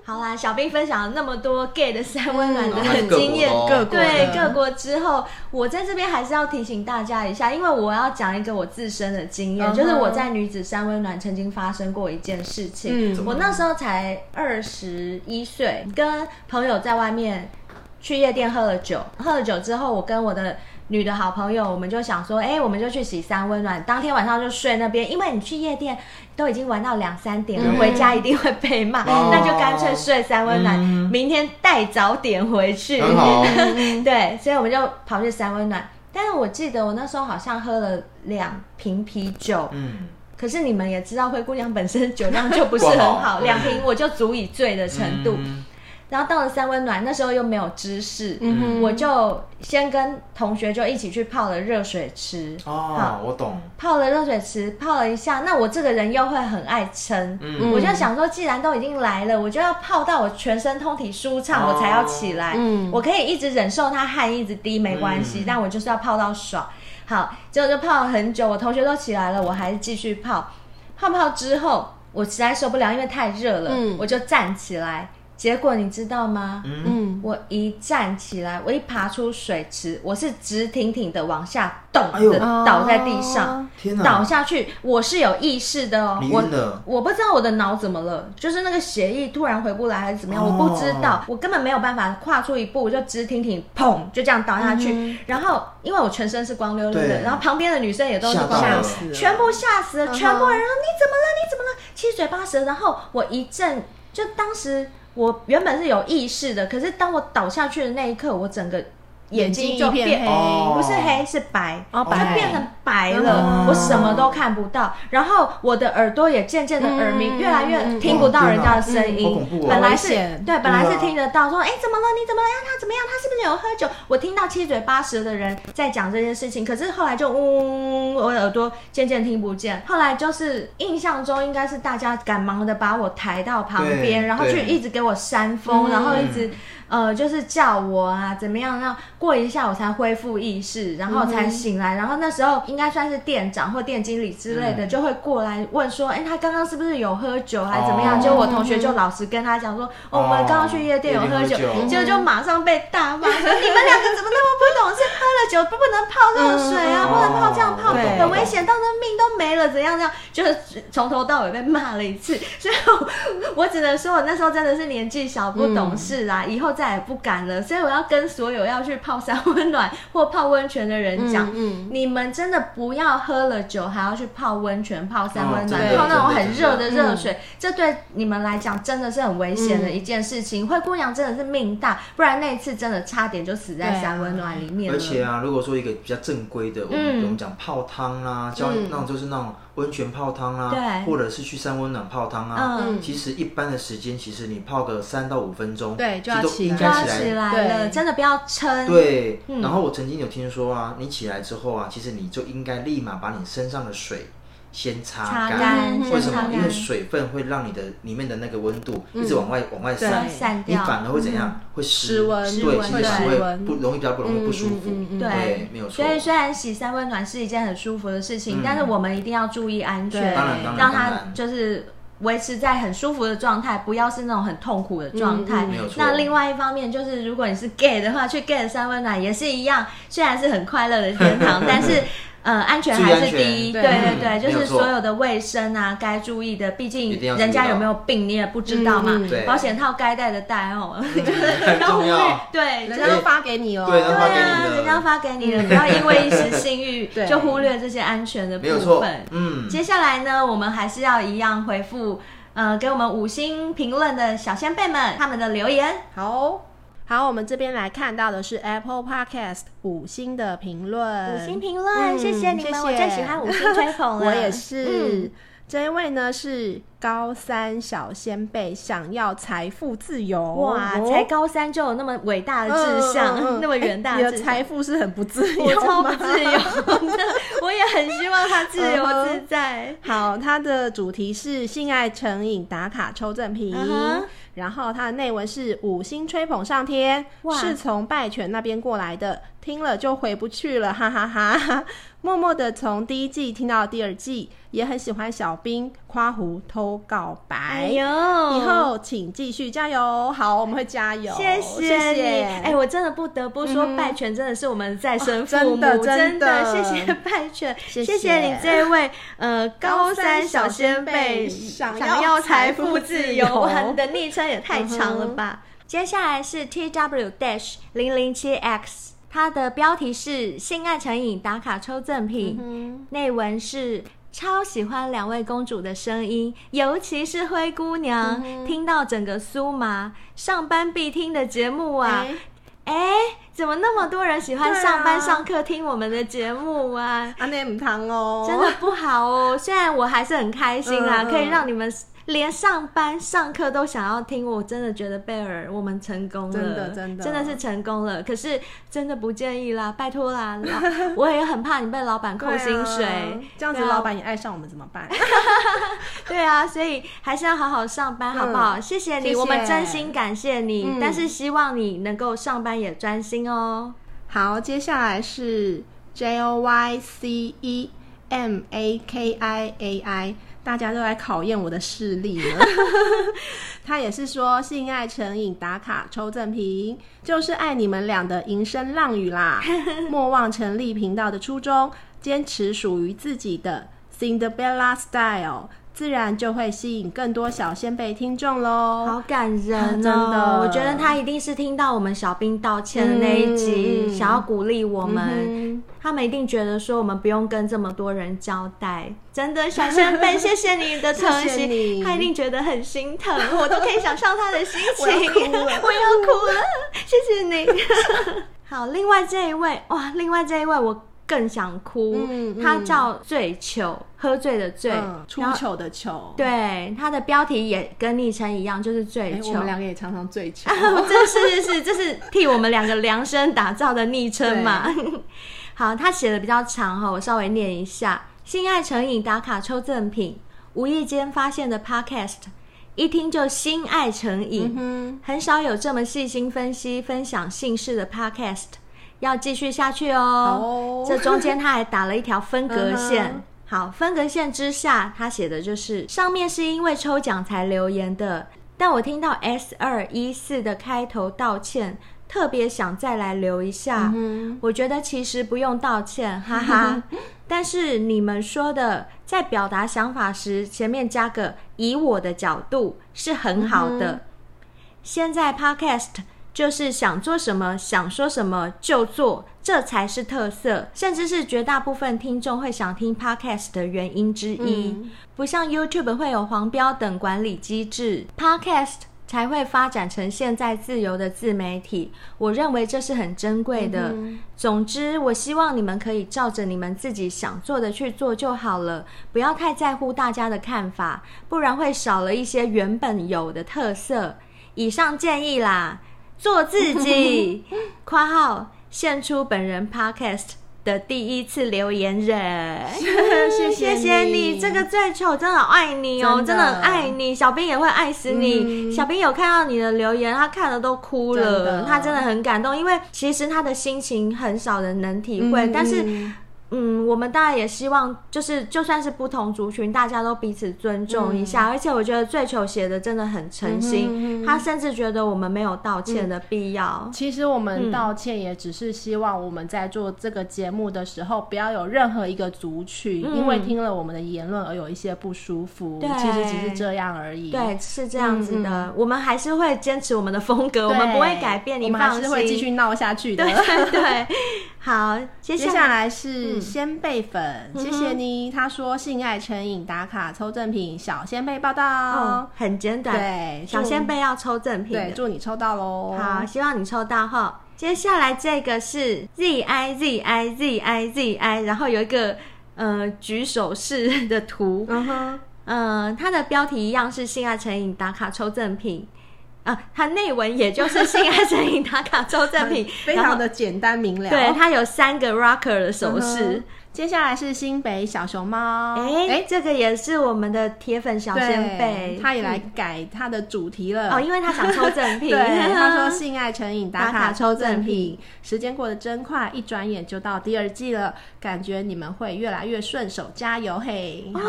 S2: 好啦，小兵分享了那么多 gay 的三温暖
S3: 嗯还
S2: 的
S3: 是各
S2: 经验，
S3: 国的哦
S2: 对
S6: 各国的
S2: 各国之后，我在这边还是要提醒大家一下，因为我要讲一个我自身的经验，
S6: 嗯哼
S2: 就是我在女子三温暖曾经发生过一件事情。
S6: 嗯
S2: 我那时候才二十一岁，跟朋友在外面去夜店喝了酒，喝了酒之后，我跟我的女的好朋友，我们就想说，哎、我们就去洗三温暖，当天晚上就睡那边，因为你去夜店都已经玩到两三点了，
S3: 嗯
S2: 回家一定会被骂，
S3: 哦
S2: 那就干脆睡三温暖，
S3: 嗯
S2: 明天带早点回去。
S3: 很好 哦，
S2: 对，所以我们就跑去三温暖。但是我记得我那时候好像喝了两瓶啤酒，
S3: 嗯，
S2: 可是你们也知道，灰姑娘本身酒量就不是很
S3: 不好
S2: 好，两瓶我就足以醉的程度。
S3: 嗯
S2: 然后到了三温暖，那时候又没有知识，
S1: 嗯哼
S2: 我就先跟同学就一起去泡了热水池。
S3: 哦
S2: 好，
S3: 我懂，
S2: 泡了热水池，泡了一下，那我这个人又会很爱撑，
S3: 嗯
S2: 我就想说，既然都已经来了，我就要泡到我全身通体舒畅，
S3: 哦
S2: 我才要起来。
S1: 嗯
S2: 我可以一直忍受它汗一直滴没关系，
S3: 嗯
S2: 但我就是要泡到爽。好，结果就泡了很久，我同学都起来了，我还是继续泡。泡泡之后，我实在受不了，因为太热了，
S1: 嗯
S2: 我就站起来。结果你知道吗？
S3: 嗯，
S1: 嗯，
S2: 我一站起来，我一爬出水池，我是直挺挺的往下咚
S3: 哎呦
S2: 的倒在地上。
S1: 哦
S3: 天哪，
S2: 倒下去，我是有意识的哦
S3: 你，
S2: 我
S3: 晕了
S2: 我不知道我的脑怎么了，就是那个血液突然回不来还是怎么样，
S3: 哦
S2: 我不知道，我根本没有办法跨出一步，我就直挺挺砰就这样倒下去，
S1: 嗯
S2: 然后因为我全身是光溜溜的，
S3: 对
S2: 然后旁边的女生也都是
S3: 吓
S2: 光
S3: 到
S2: 溜
S3: 了
S2: 溜，全部吓死了，
S1: 嗯哼
S2: 全部人，然后你怎么了？你怎么了？七嘴八舌，然后我一阵就当时。我原本是有意识的，可是当我倒下去的那一刻，我整个眼睛就
S1: 一片
S2: 变
S1: 黑，
S3: 哦
S2: 不是黑是白，
S1: 哦
S2: 就
S1: 白
S2: 变成白了
S3: 哦，
S2: 我什么都看不到。然后我的耳朵也渐渐的耳鸣，
S1: 嗯
S2: 越来
S1: 嗯
S2: 越听不到人家的声
S3: 好
S2: 音
S3: 恐。怖
S2: 本
S3: 哦，
S2: 来
S6: 好
S2: 是
S6: 危险
S2: 对，本来
S3: 对
S2: 是
S3: 啊
S2: 听得到说，哎，怎么了？你怎么了？他怎么样？他是不是有喝酒？我听到七嘴八舌的人在讲这件事情，可是后来就嗡，我耳朵渐渐听不见。后来就是印象中应该是大家赶忙的把我抬到旁边，
S3: 对
S2: 然后去
S3: 对
S2: 一直给我扇风，
S1: 嗯
S2: 然后一直呃，就是叫我啊，怎么样？让过一下我才恢复意识，然后
S3: 嗯
S2: 才醒来。然后那时候应该算是店长或店经理之类的，
S3: 嗯
S2: 就会过来问说：“哎、他刚刚是不是有喝酒，还是怎么样？”
S3: 哦
S2: 结果我同学就老实跟他讲说：“哦，我们刚刚去夜店有喝酒。
S3: 夜店喝酒嗯
S2: 结果就马上被大骂：“你们两个怎么那么不懂事？喝了酒不不能泡热水啊，
S3: 嗯
S2: 不能泡这样泡，
S6: 哦
S2: 很
S6: 对
S2: 危险，到时候命都没了，怎样怎样？”就是从头到尾被骂了一次，所以我我只能说，我那时候真的是年纪小不
S3: 嗯
S2: 懂事啦，以后再也不敢了。所以我要跟所有要去泡山温暖或泡温泉的人讲，
S1: 嗯嗯
S2: 你们真的不要喝了酒还要去泡温泉、泡山温暖、
S3: 哦真的
S2: 泡那种很
S3: 真
S2: 热
S3: 的嗯
S2: 的
S1: 真的
S2: 热水，这对你们来讲真的是很危险的一件事情。灰姑娘真的是命大，不然那一次真的差点就死
S3: 啊
S2: 在山温暖里面了。
S3: 而且啊，如果说一个比较正规的，我们、
S2: 嗯
S3: 我们讲泡汤啦、教
S1: 嗯
S3: 那种就是那种温泉泡汤啦、
S2: 对
S3: 或者是去山温暖泡汤啊。
S2: 嗯。
S3: 其实一般的时间，其实你泡个三到五分钟，
S6: 对就
S3: 其实
S6: 要
S3: 都
S6: 起
S3: 应
S6: 来
S2: 抓
S3: 该
S2: 起
S3: 起来。
S2: 来了，
S6: 对
S2: 真的不要撑。，
S3: 对，
S2: 嗯
S3: 然后我曾经有听说啊，你起来之后啊，其实你就应该立马把你身上的水先
S2: 擦
S3: 擦
S2: 干
S3: 为什
S1: 先擦
S3: 么？
S1: 干
S3: 因为水分会让你的里面的那个温度一直往外往外散
S6: 对，
S2: 散
S3: 你
S2: 掉。
S3: 反而会怎样？会
S1: 失
S3: 湿
S1: 温
S3: 对，
S2: 失
S3: 其
S2: 温
S3: 实
S2: 对
S3: 是
S1: 失
S3: 会
S1: 温
S3: 不容易比较不容易不舒服。
S1: 嗯嗯嗯嗯
S2: 对
S3: 对，没有错
S2: 所以虽然洗三温暖是一件很舒服的事情，
S3: 嗯
S2: 但是我们一定要注意安全，
S6: 对
S3: 当然，当然，
S2: 让
S3: 当
S2: 它
S3: 然。
S2: 就是维持在很舒服的状态，不要是那种很痛苦的状
S1: 嗯
S2: 态。
S1: 嗯
S3: 没有错
S2: 那另外一方面就是，如果你是 gay 的话，去 gay 的三温暖也是一样，虽然是很快乐的天 堂，但是。呃，安全还是第一，
S6: 注
S2: 对
S6: 意安全
S2: 对对，
S3: 嗯
S2: 就
S3: 没
S2: 是
S3: 有错
S2: 所有的卫生啊，该注意的，毕
S3: 一
S2: 竟
S3: 定要注意
S2: 人家
S3: 到
S2: 有没有病你也不知道嘛
S1: 嗯嗯。
S3: 对
S2: 保险套该戴的戴哦，
S3: 很重要。
S2: 对，
S6: 人
S2: 真
S6: 家
S2: 的
S6: 都发给你哦，
S3: 对然
S2: 对
S3: 后发给
S2: 啊，
S3: 你的
S2: 人家发给你了，不要因为一时性 欲
S6: 对
S2: 就忽略这些安全的
S3: 没有错
S2: 部分。，
S3: 嗯，
S2: 接下来呢，我们还是要一样回复，呃，给我们五星评论的小先辈们他们的留言。
S6: 好哦，
S1: 好，我们这边来看到的是 Apple Podcast 五星的评论，
S2: 五星评论，
S1: 嗯
S2: 谢谢你们，
S1: 谢谢
S2: 我最喜欢五星吹捧 了。嗯
S1: 我也是。这一位呢是高三小先辈，想要财富自由。
S2: 哇，
S1: 哦
S2: 才高三就有那么伟大的志向，
S1: 嗯嗯嗯
S2: 那么远大
S1: 哎你
S2: 的
S1: 的
S2: 志向。
S1: 财富是很不自
S2: 我
S1: 由
S2: 超
S1: 吗
S2: 不自 由的，我也很希望他自由
S1: 嗯
S2: 自在。
S1: 好，它的主题是性爱成瘾打卡抽赠品
S2: 嗯哼
S1: 然后它的内文是五星吹捧上天
S2: 哇，
S1: 是从拜犬那边过来的，听了就回不去了，哈哈哈默默的从第一季听到第二季，也很喜欢小兵夸胡偷告白。
S2: 哎呦，
S1: 以后请继续加油，好，我们会加油，
S2: 谢
S1: 谢
S2: 谢你，哎、
S1: 哎，
S2: 我真的不得不说，拜犬真的是我们再生父母，
S1: 哦真的
S2: 真
S1: 真
S2: 的
S1: 的
S2: 谢谢拜犬，
S1: 谢谢
S2: 谢你这位呃高三小先辈，
S1: 高三小先辈
S2: 想
S1: 想要
S2: 财
S1: 财
S2: 富
S1: 富
S2: 自
S1: 自
S2: 由，
S1: 由嗯
S2: 哇，你的昵称也太长了吧？接下来是 T W dash 零零七 X，它的标题是性爱成瘾打卡抽赠品。
S1: 嗯，
S2: 内文是。超喜欢两位公主的声音，尤其是灰姑娘，
S1: 嗯
S2: 听到整个酥麻，上班必听的节目啊！
S1: 哎
S2: 哎、怎么那么多人喜欢
S1: 对啊
S2: 上班上课听我们的节目啊？
S1: 阿内姆汤 哦，
S2: 真的不好哦。虽然我还是很开心啦，
S1: 嗯嗯
S2: 可以让你们连上班上课都想要听，我真的觉得贝尔，我们成功了，
S7: 真的真的
S2: 真的是成功了。可是真的不建议啦，拜 托啦，老我也很怕你被老板扣
S7: 对啊
S2: 薪水，
S7: 这样子
S2: 对啊
S7: 老板也爱上我们怎么办？
S2: 对啊，所以还是要好好上班，好不好？谢谢你
S7: 嗯谢谢
S2: 我们真心感谢你，
S7: 嗯
S2: 但是希望你能够上班也专心哦。
S5: 好，接下来是 J O Y C E M A K I A I，大家都来考验我的视力了。 他也是说性爱成瘾打卡抽赠评，就是爱你们俩的淫声浪 语啦。莫忘成立频道的初衷，坚持属于自己的 Cinderella style，自然就会吸引更多小先辈听众喽。
S2: 好感人哦！
S5: 真的
S2: 我觉得他一定是听到我们小兵道歉的那一集，
S5: 嗯嗯
S2: 想要鼓励我们。
S5: 嗯
S2: 他们一定觉得说我们不用跟这么多人交代，真的，小仙 贝，谢谢你的疼惜，
S5: 谢谢你
S2: 他一定觉得很心 疼，我都可以想象他的心情，
S5: 我要哭了
S2: 我要哭 了，谢谢你。 好，另外这一位，哇，另外这一位我更想哭，
S5: 嗯嗯
S2: 他叫醉酒，喝醉的醉，
S5: 嗯
S7: 出
S2: 然后
S7: 糗的糗，
S2: 对，他的标题也跟昵称一样，就是醉
S7: 哦哎，我
S2: 酒。
S7: 们两个也常常醉 糗。
S2: 这是是是，这是替我们两个量身打造的昵称嘛。 好，他写的比较长哈、我稍微念一下：性爱成瘾打卡抽赠品，无意间发现的 Podcast，一听就心爱成
S7: 嗯
S2: 瘾。很少有这么细心分析、分享姓氏的 Podcast，要继续下去哦。
S7: 哦
S2: 这中间他还打了一条分隔线。
S7: 嗯哼
S2: 好，分隔线之下，他写的就是上面是因为抽奖才留言的，但我听到 S 二一四的开头道歉，特别想再来留一下。
S7: 嗯
S2: 我觉得其实不用道歉，哈哈。 但是你们说的在表达想法时，前面加个以我的角度是很好的。
S7: 嗯
S2: 现在 Podcast 就是想做什么、想说什么就做，这才是特色，甚至是绝大部分听众会想听 Podcast 的原因之一。
S5: 嗯
S2: 不像 YouTube 会有黄标等管理机制，Podcast 才会发展成现在自由的自媒体。我认为这是很珍贵的。总之，我希望你们可以照着你们自己想做的去做就好了，不要太在乎大家的看法，不然会少了一些原本有的特色。以上建议啦，做自己。（括号献出本人 Podcast 的第一次留言人）。
S5: 谢
S2: 谢谢你，这个最丑真的好爱你哦，真
S7: 真的
S2: 的很爱你，小兵也会爱死
S5: 嗯
S2: 你。小兵有看到你的留言，他看了都哭
S7: 真
S2: 了，
S7: 的
S2: 他真的很感动，因为其实他的心情很少人能体会，
S5: 嗯
S2: 但是
S5: 嗯。
S2: 嗯，我们当然也希望，就是就算是不同族群，大家都彼此尊重一
S5: 嗯
S2: 下。而且我觉得最丑写的真的很诚心，他甚至觉得我们没有道歉的必要。
S5: 其实我们道
S2: 嗯
S5: 歉也只是希望我们在做这个节目的时候，不要有任何一个族群、
S2: 嗯
S5: 因为听了我们的言论而有一些不舒服
S2: 对。
S5: 其实只是这样而已。
S2: 对，是这样子的，我们还是会坚持我们的风格，
S5: 嗯对，
S2: 我们不会改变，你
S5: 我们
S2: 放
S5: 还
S2: 心。
S5: 是会继续闹下去的。
S2: 对 对，好，接
S5: 接
S2: 来
S5: 下来
S2: 嗯
S5: 是先辈粉，谢谢你。他说性爱成瘾打卡抽赠品，小先辈报道。
S2: 哦，很简短，
S5: 对
S2: 小
S5: 祝
S2: 仙贝要抽赠品的，
S5: 对，祝你抽到喽。
S2: 好，希望你抽到哈。接下来这个是 z i z i z i z i，然后有一个呃举手式 的图，
S5: 嗯哼，”，
S2: 嗯，它的标题一样是“性爱成瘾打卡抽赠品”，啊，它内文也就是“性爱成瘾打卡抽赠品
S5: 非
S2: 然后
S5: 常的简单明了。
S2: 对，它有三个 rocker 的手势
S5: 嗯哼，接下来是新北小熊猫，
S2: 哎、这个也是我们的铁粉小仙贝嗯
S5: 哦对，，他也来改他的主题了。
S2: 哦，因为他想抽赠品。
S5: 对，他 说性爱成瘾打
S2: 打卡
S5: 卡抽赠
S2: 赠品
S5: 品，时间过得真快，一转眼就到第二季了，感觉你们会越来越顺手，加油嘿！
S2: 哦，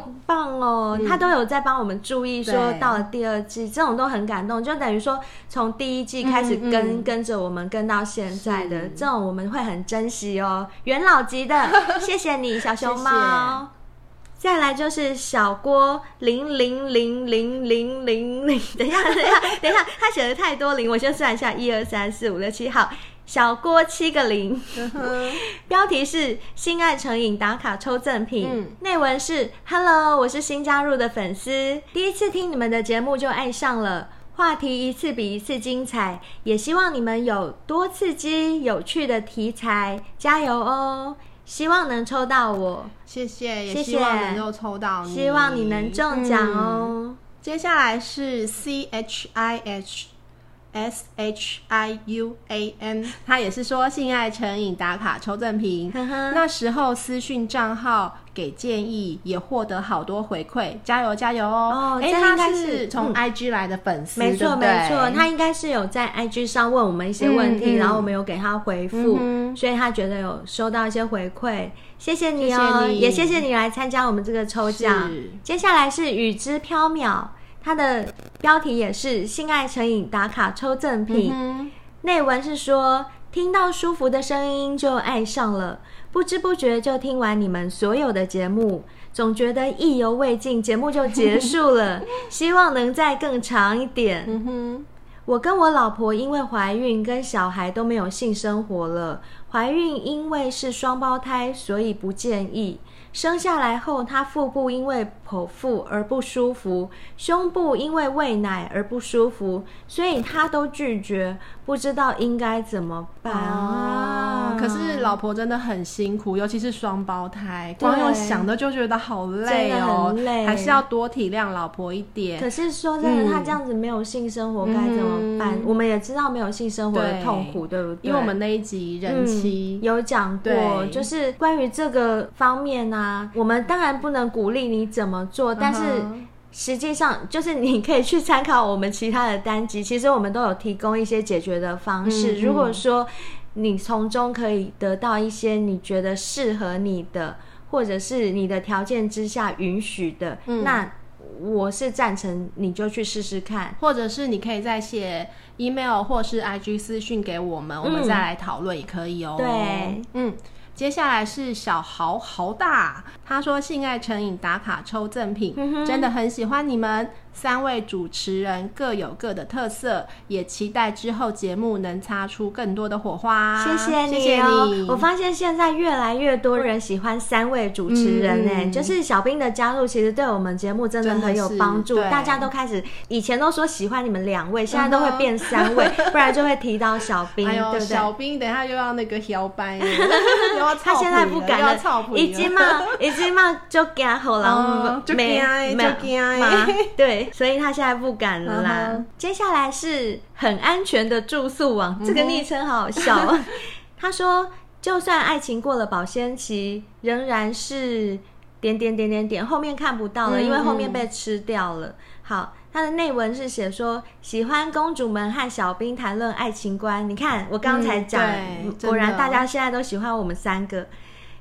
S2: 好棒哦！
S5: 嗯
S2: 他都有在帮我们注意，说
S5: 对
S2: 到了第二季，这种都很感动，就等于说从第一季开始
S5: 嗯嗯
S2: 跟、跟着我们跟到现在的，
S5: 是
S2: 这种我们会很珍惜哦。元老级 的，谢谢你，小熊猫。再来就是小郭零零零零零零零，等一下，等一 下，等一下，他写的太多零，我先算一下，一二三四五六七，好，小郭七个零。标题是“性爱成瘾打卡抽赠品”，
S5: 嗯
S2: 内文是 “Hello，我是新加入的粉丝，第一次听你们的节目就爱上了。”话题一次比一次精彩，也希望你们有多刺激、有趣的题材，加油哦！希望能抽到我，
S5: 谢谢，
S2: 谢
S5: 也
S2: 谢
S5: 希望能够抽到你，嗯
S2: 希望你能中奖哦。
S5: 接下来是 C H I H S H I U A N，他也是说性爱成瘾打卡抽赠品。
S2: 呵呵
S5: 嗯那时候私讯账号给建议，也获得好多回馈，加油加油哦！
S2: 哦
S5: 诶
S2: 这
S5: 他
S2: 应该
S5: 是
S2: 是
S5: 从
S2: 嗯
S5: IG 来的粉丝，
S2: 没
S5: 对
S2: 错
S5: 不
S2: 没
S5: 对
S2: 错，他应该是有在 IG 上问我们一些问题，
S5: 嗯嗯
S2: 然后我们有给他回复，
S5: 嗯哼
S2: 所以他觉得有收到一些回馈，谢谢你哦，
S5: 谢谢你
S2: 也谢谢你来参加我们这个抽奖
S5: 是。
S2: 接下来是雨之缥缈，它的标题也是性爱成瘾打卡抽赠品。
S5: 嗯
S2: 内文是说，听到舒服的声音就爱上了，不知不觉就听完你们所有的节目，总觉得意犹未尽，节目就结束 了，希望能再更长一点。
S5: 嗯哼，
S2: 我跟我老婆因为怀孕跟小孩都没有性生活了，怀孕因为是双胞胎，所以不建议。生下来后，她腹部因为剖腹而不舒服，胸部因为喂奶而不舒服，所以她都拒绝，不知道应该怎么办啊
S5: 哦！可是老婆真的很辛苦，尤其是双胞胎，光用想的就觉得好累
S2: 真
S5: 哦，
S2: 的很累
S5: 还是要多体谅老婆一点
S2: 可。是说真的，
S5: 嗯
S2: 她这样子没有性生活该怎么办？
S5: 嗯
S2: 我们也知道没有性生活的
S5: 对
S2: 痛苦，对不对？
S5: 因为我们那一集人妻
S2: 嗯、、有讲过，
S5: 对
S2: 就是关于这个方面呢、我们当然不能鼓励你怎么做，但是
S5: 哼
S2: 实际上就是你可以去参考我们其他的单集， 其实我们都有提供一些解决的方式。
S5: 嗯嗯
S2: 如果说你从中可以得到一些你觉得适合你的，或者是你的条件之下允许的，
S5: 嗯
S2: 那我是赞成你就去试试看。
S5: 或者是你可以再写 email 或是 IG 私讯给我们，我们再来讨论也可以哦。
S2: 嗯对，
S5: 嗯。接下来是小豪豪大，他说性爱成瘾打卡抽赠品，
S2: 嗯哼
S5: 真的很喜欢你们三位主持人各有各的特色，也期待之后节目能擦出更多的火花。
S2: 谢谢你哦！
S5: 谢谢你，
S2: 我发现现在越来越多人喜欢三位主持人呢、
S5: 嗯嗯
S2: 就是小兵的加入，其实对我们节目真的很有帮助。
S5: 真的是对嗯
S2: 大家都开始以前都说喜欢你们两位，现在都会变三 位，不然就会提到小兵，
S5: 哎呦，
S2: 对不对？
S5: 小兵，等一下又要那个摇 摆耶，又要
S2: 他
S5: 操
S2: 现在
S5: 皮
S2: 不
S5: 了
S2: 敢
S5: 又要
S2: 了
S5: 操，皮
S2: 已经
S5: 了
S2: 嘛，已经嘛就惊好
S5: 哦
S2: 了，
S6: 就
S2: 没
S6: 怕的
S2: 没
S5: 啊
S6: 就怕的
S2: 嘛 对，所以他现在不敢了啦
S5: 嗯。
S2: 接下来是很安全的住宿网，这个昵称好好笑哦。 他说，就算爱情过了保鲜期，仍然是点点点点点，后面看不到了，
S5: 嗯
S2: 因为后面
S5: 嗯
S2: 被吃掉了。好，它的内文是写说喜欢公主们和小兵谈论爱情观。你看，我刚才
S5: 嗯
S2: 讲，
S5: 对
S2: 果然
S5: 真的
S2: 大家现在都喜欢我们三个。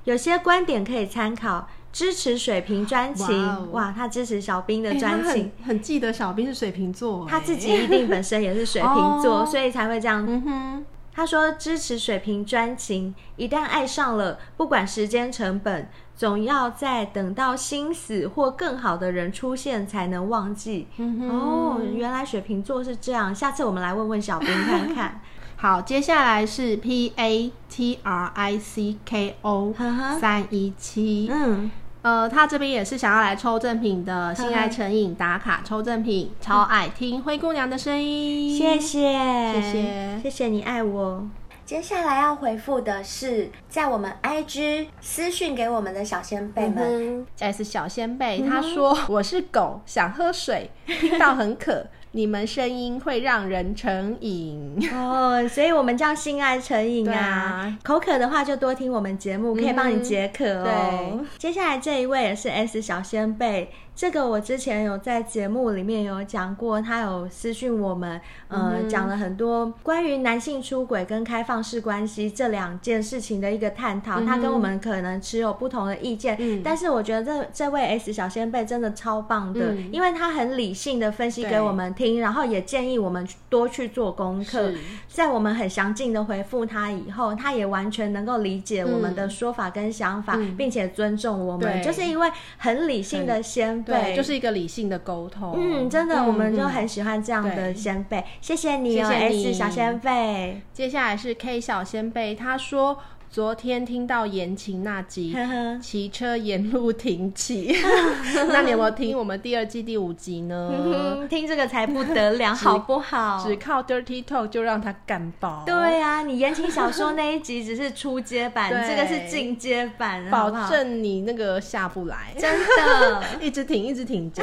S2: 有些观点可以参考，支持水瓶专情。
S5: 哇哦
S2: 哇，他支持小兵的
S5: 哎
S2: 专
S5: 他
S2: 情
S5: 很，很记得小兵是水瓶座，
S2: 他
S5: 哎
S2: 自己一定本身也是水瓶座，
S5: 哦
S2: 所以才会这样
S5: 嗯哼，
S2: 他说支持水瓶专情，一旦爱上了，不管时间成本，总要在等到心死或更好的人出现才能忘记。哦，原来水瓶座是这样，下次我们来问问小兵看 看。
S5: 好，接下来是 P A T R I C K O
S2: 嗯哼
S5: 三一七，
S2: 嗯，
S5: 呃，他这边也是想要来抽赠品的性爱成瘾打卡抽赠品，超爱听灰姑娘的声音，
S2: 谢谢，
S5: 谢谢
S2: 谢谢你爱我。接下来要回复的是，在我们 IG 私讯给我们的小先辈们，
S5: S 小先辈，他说：“我是狗，想喝水，听到很渴，你们声音会让人成 瘾。
S2: 哦，所以我们叫性爱成瘾
S5: 对
S2: 啊
S5: 啊。嗯
S2: 口渴的话就多听我们节目，可以帮你解渴哦。
S5: 对
S2: 接下来这一位也是 S 小先辈，这个我之前有在节目里面有讲过，他有私讯我们，
S5: 嗯
S2: 呃，讲了很多关于男性出轨跟开放式关系这两件事情的一个探讨。他跟我们可能持有不同的意见，
S5: 嗯
S2: 但是我觉得这这位 S 小先辈真的超棒的，
S5: 嗯
S2: 因为他很理性的分析给
S5: 对
S2: 我们听，然后也建议我们去多去做功课
S5: 是。
S2: 在我们很详尽的回复他以后，他也完全能够理解我们的说法跟想法，
S5: 嗯
S2: 并且尊重我们，
S5: 对
S2: 就是因为很理性的先”
S5: 对，
S2: 辈，
S5: 就是一个理性的沟通。
S2: 嗯，真的，我们就
S5: 嗯
S2: 很喜欢这样的
S5: 对
S2: 先辈，谢谢你哦
S5: 嗯谢谢
S2: S
S5: 你
S2: 小先辈，
S5: 接下来是 K 小先贝，他说：“昨天听到言情那 集
S2: 呵呵，
S5: 骑车沿路停 骑， 那你有没有听我们第二季第五集呢？
S2: 嗯，听这个才不得了， 好不好
S5: 只？靠 dirty talk 就让他干爆，
S2: 哦对啊，你言情小说那一集只是初阶版，
S5: 对
S2: 这个是进阶版，好
S5: 保
S2: 不好
S5: 证你那个下不来，
S2: 真的。
S5: 一直挺一直 挺着。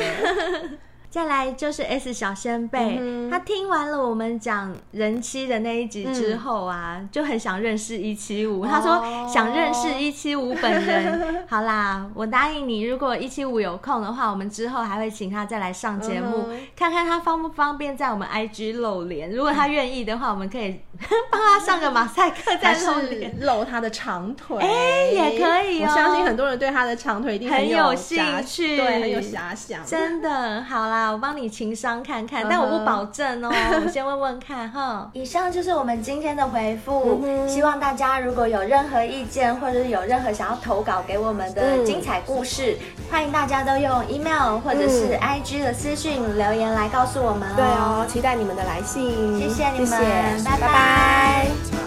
S2: 再来就是 S 小先辈，他听完了我们讲人妻的那一集之后啊，就很想认识一七五。他说想认识一七五本人。好啦，我答应你，如果一七五有空的话，我们之后还会请他再来上节目，看看他方不方便在我们 IG 露脸。如果他愿意的话，我们可以 帮他上个马赛克再
S5: 还是
S2: 露脸。
S5: 露他的长腿，哎、
S2: 也可以哦
S5: 我相信很多人对他的长腿一定
S2: 很有
S5: 有
S2: 兴
S5: 遐
S2: 趣
S5: 对，很有遐 想。
S2: 真的，好啦，我帮你情商看看，但我不保 证哦，我先问问看哈。
S8: 嗯
S2: 嗯
S8: 以上就是我们今天的回复，希望大家如果有任何意见，或者是有任何想要投稿给我们
S2: 嗯
S8: 的精彩故事，欢迎大家都用 email 或者
S2: 嗯
S8: 是 IG 的私讯留言来告诉我们哦。
S9: 对哦，期待你们的来信。
S8: 谢谢你们，
S9: 谢谢
S8: 拜拜
S10: Time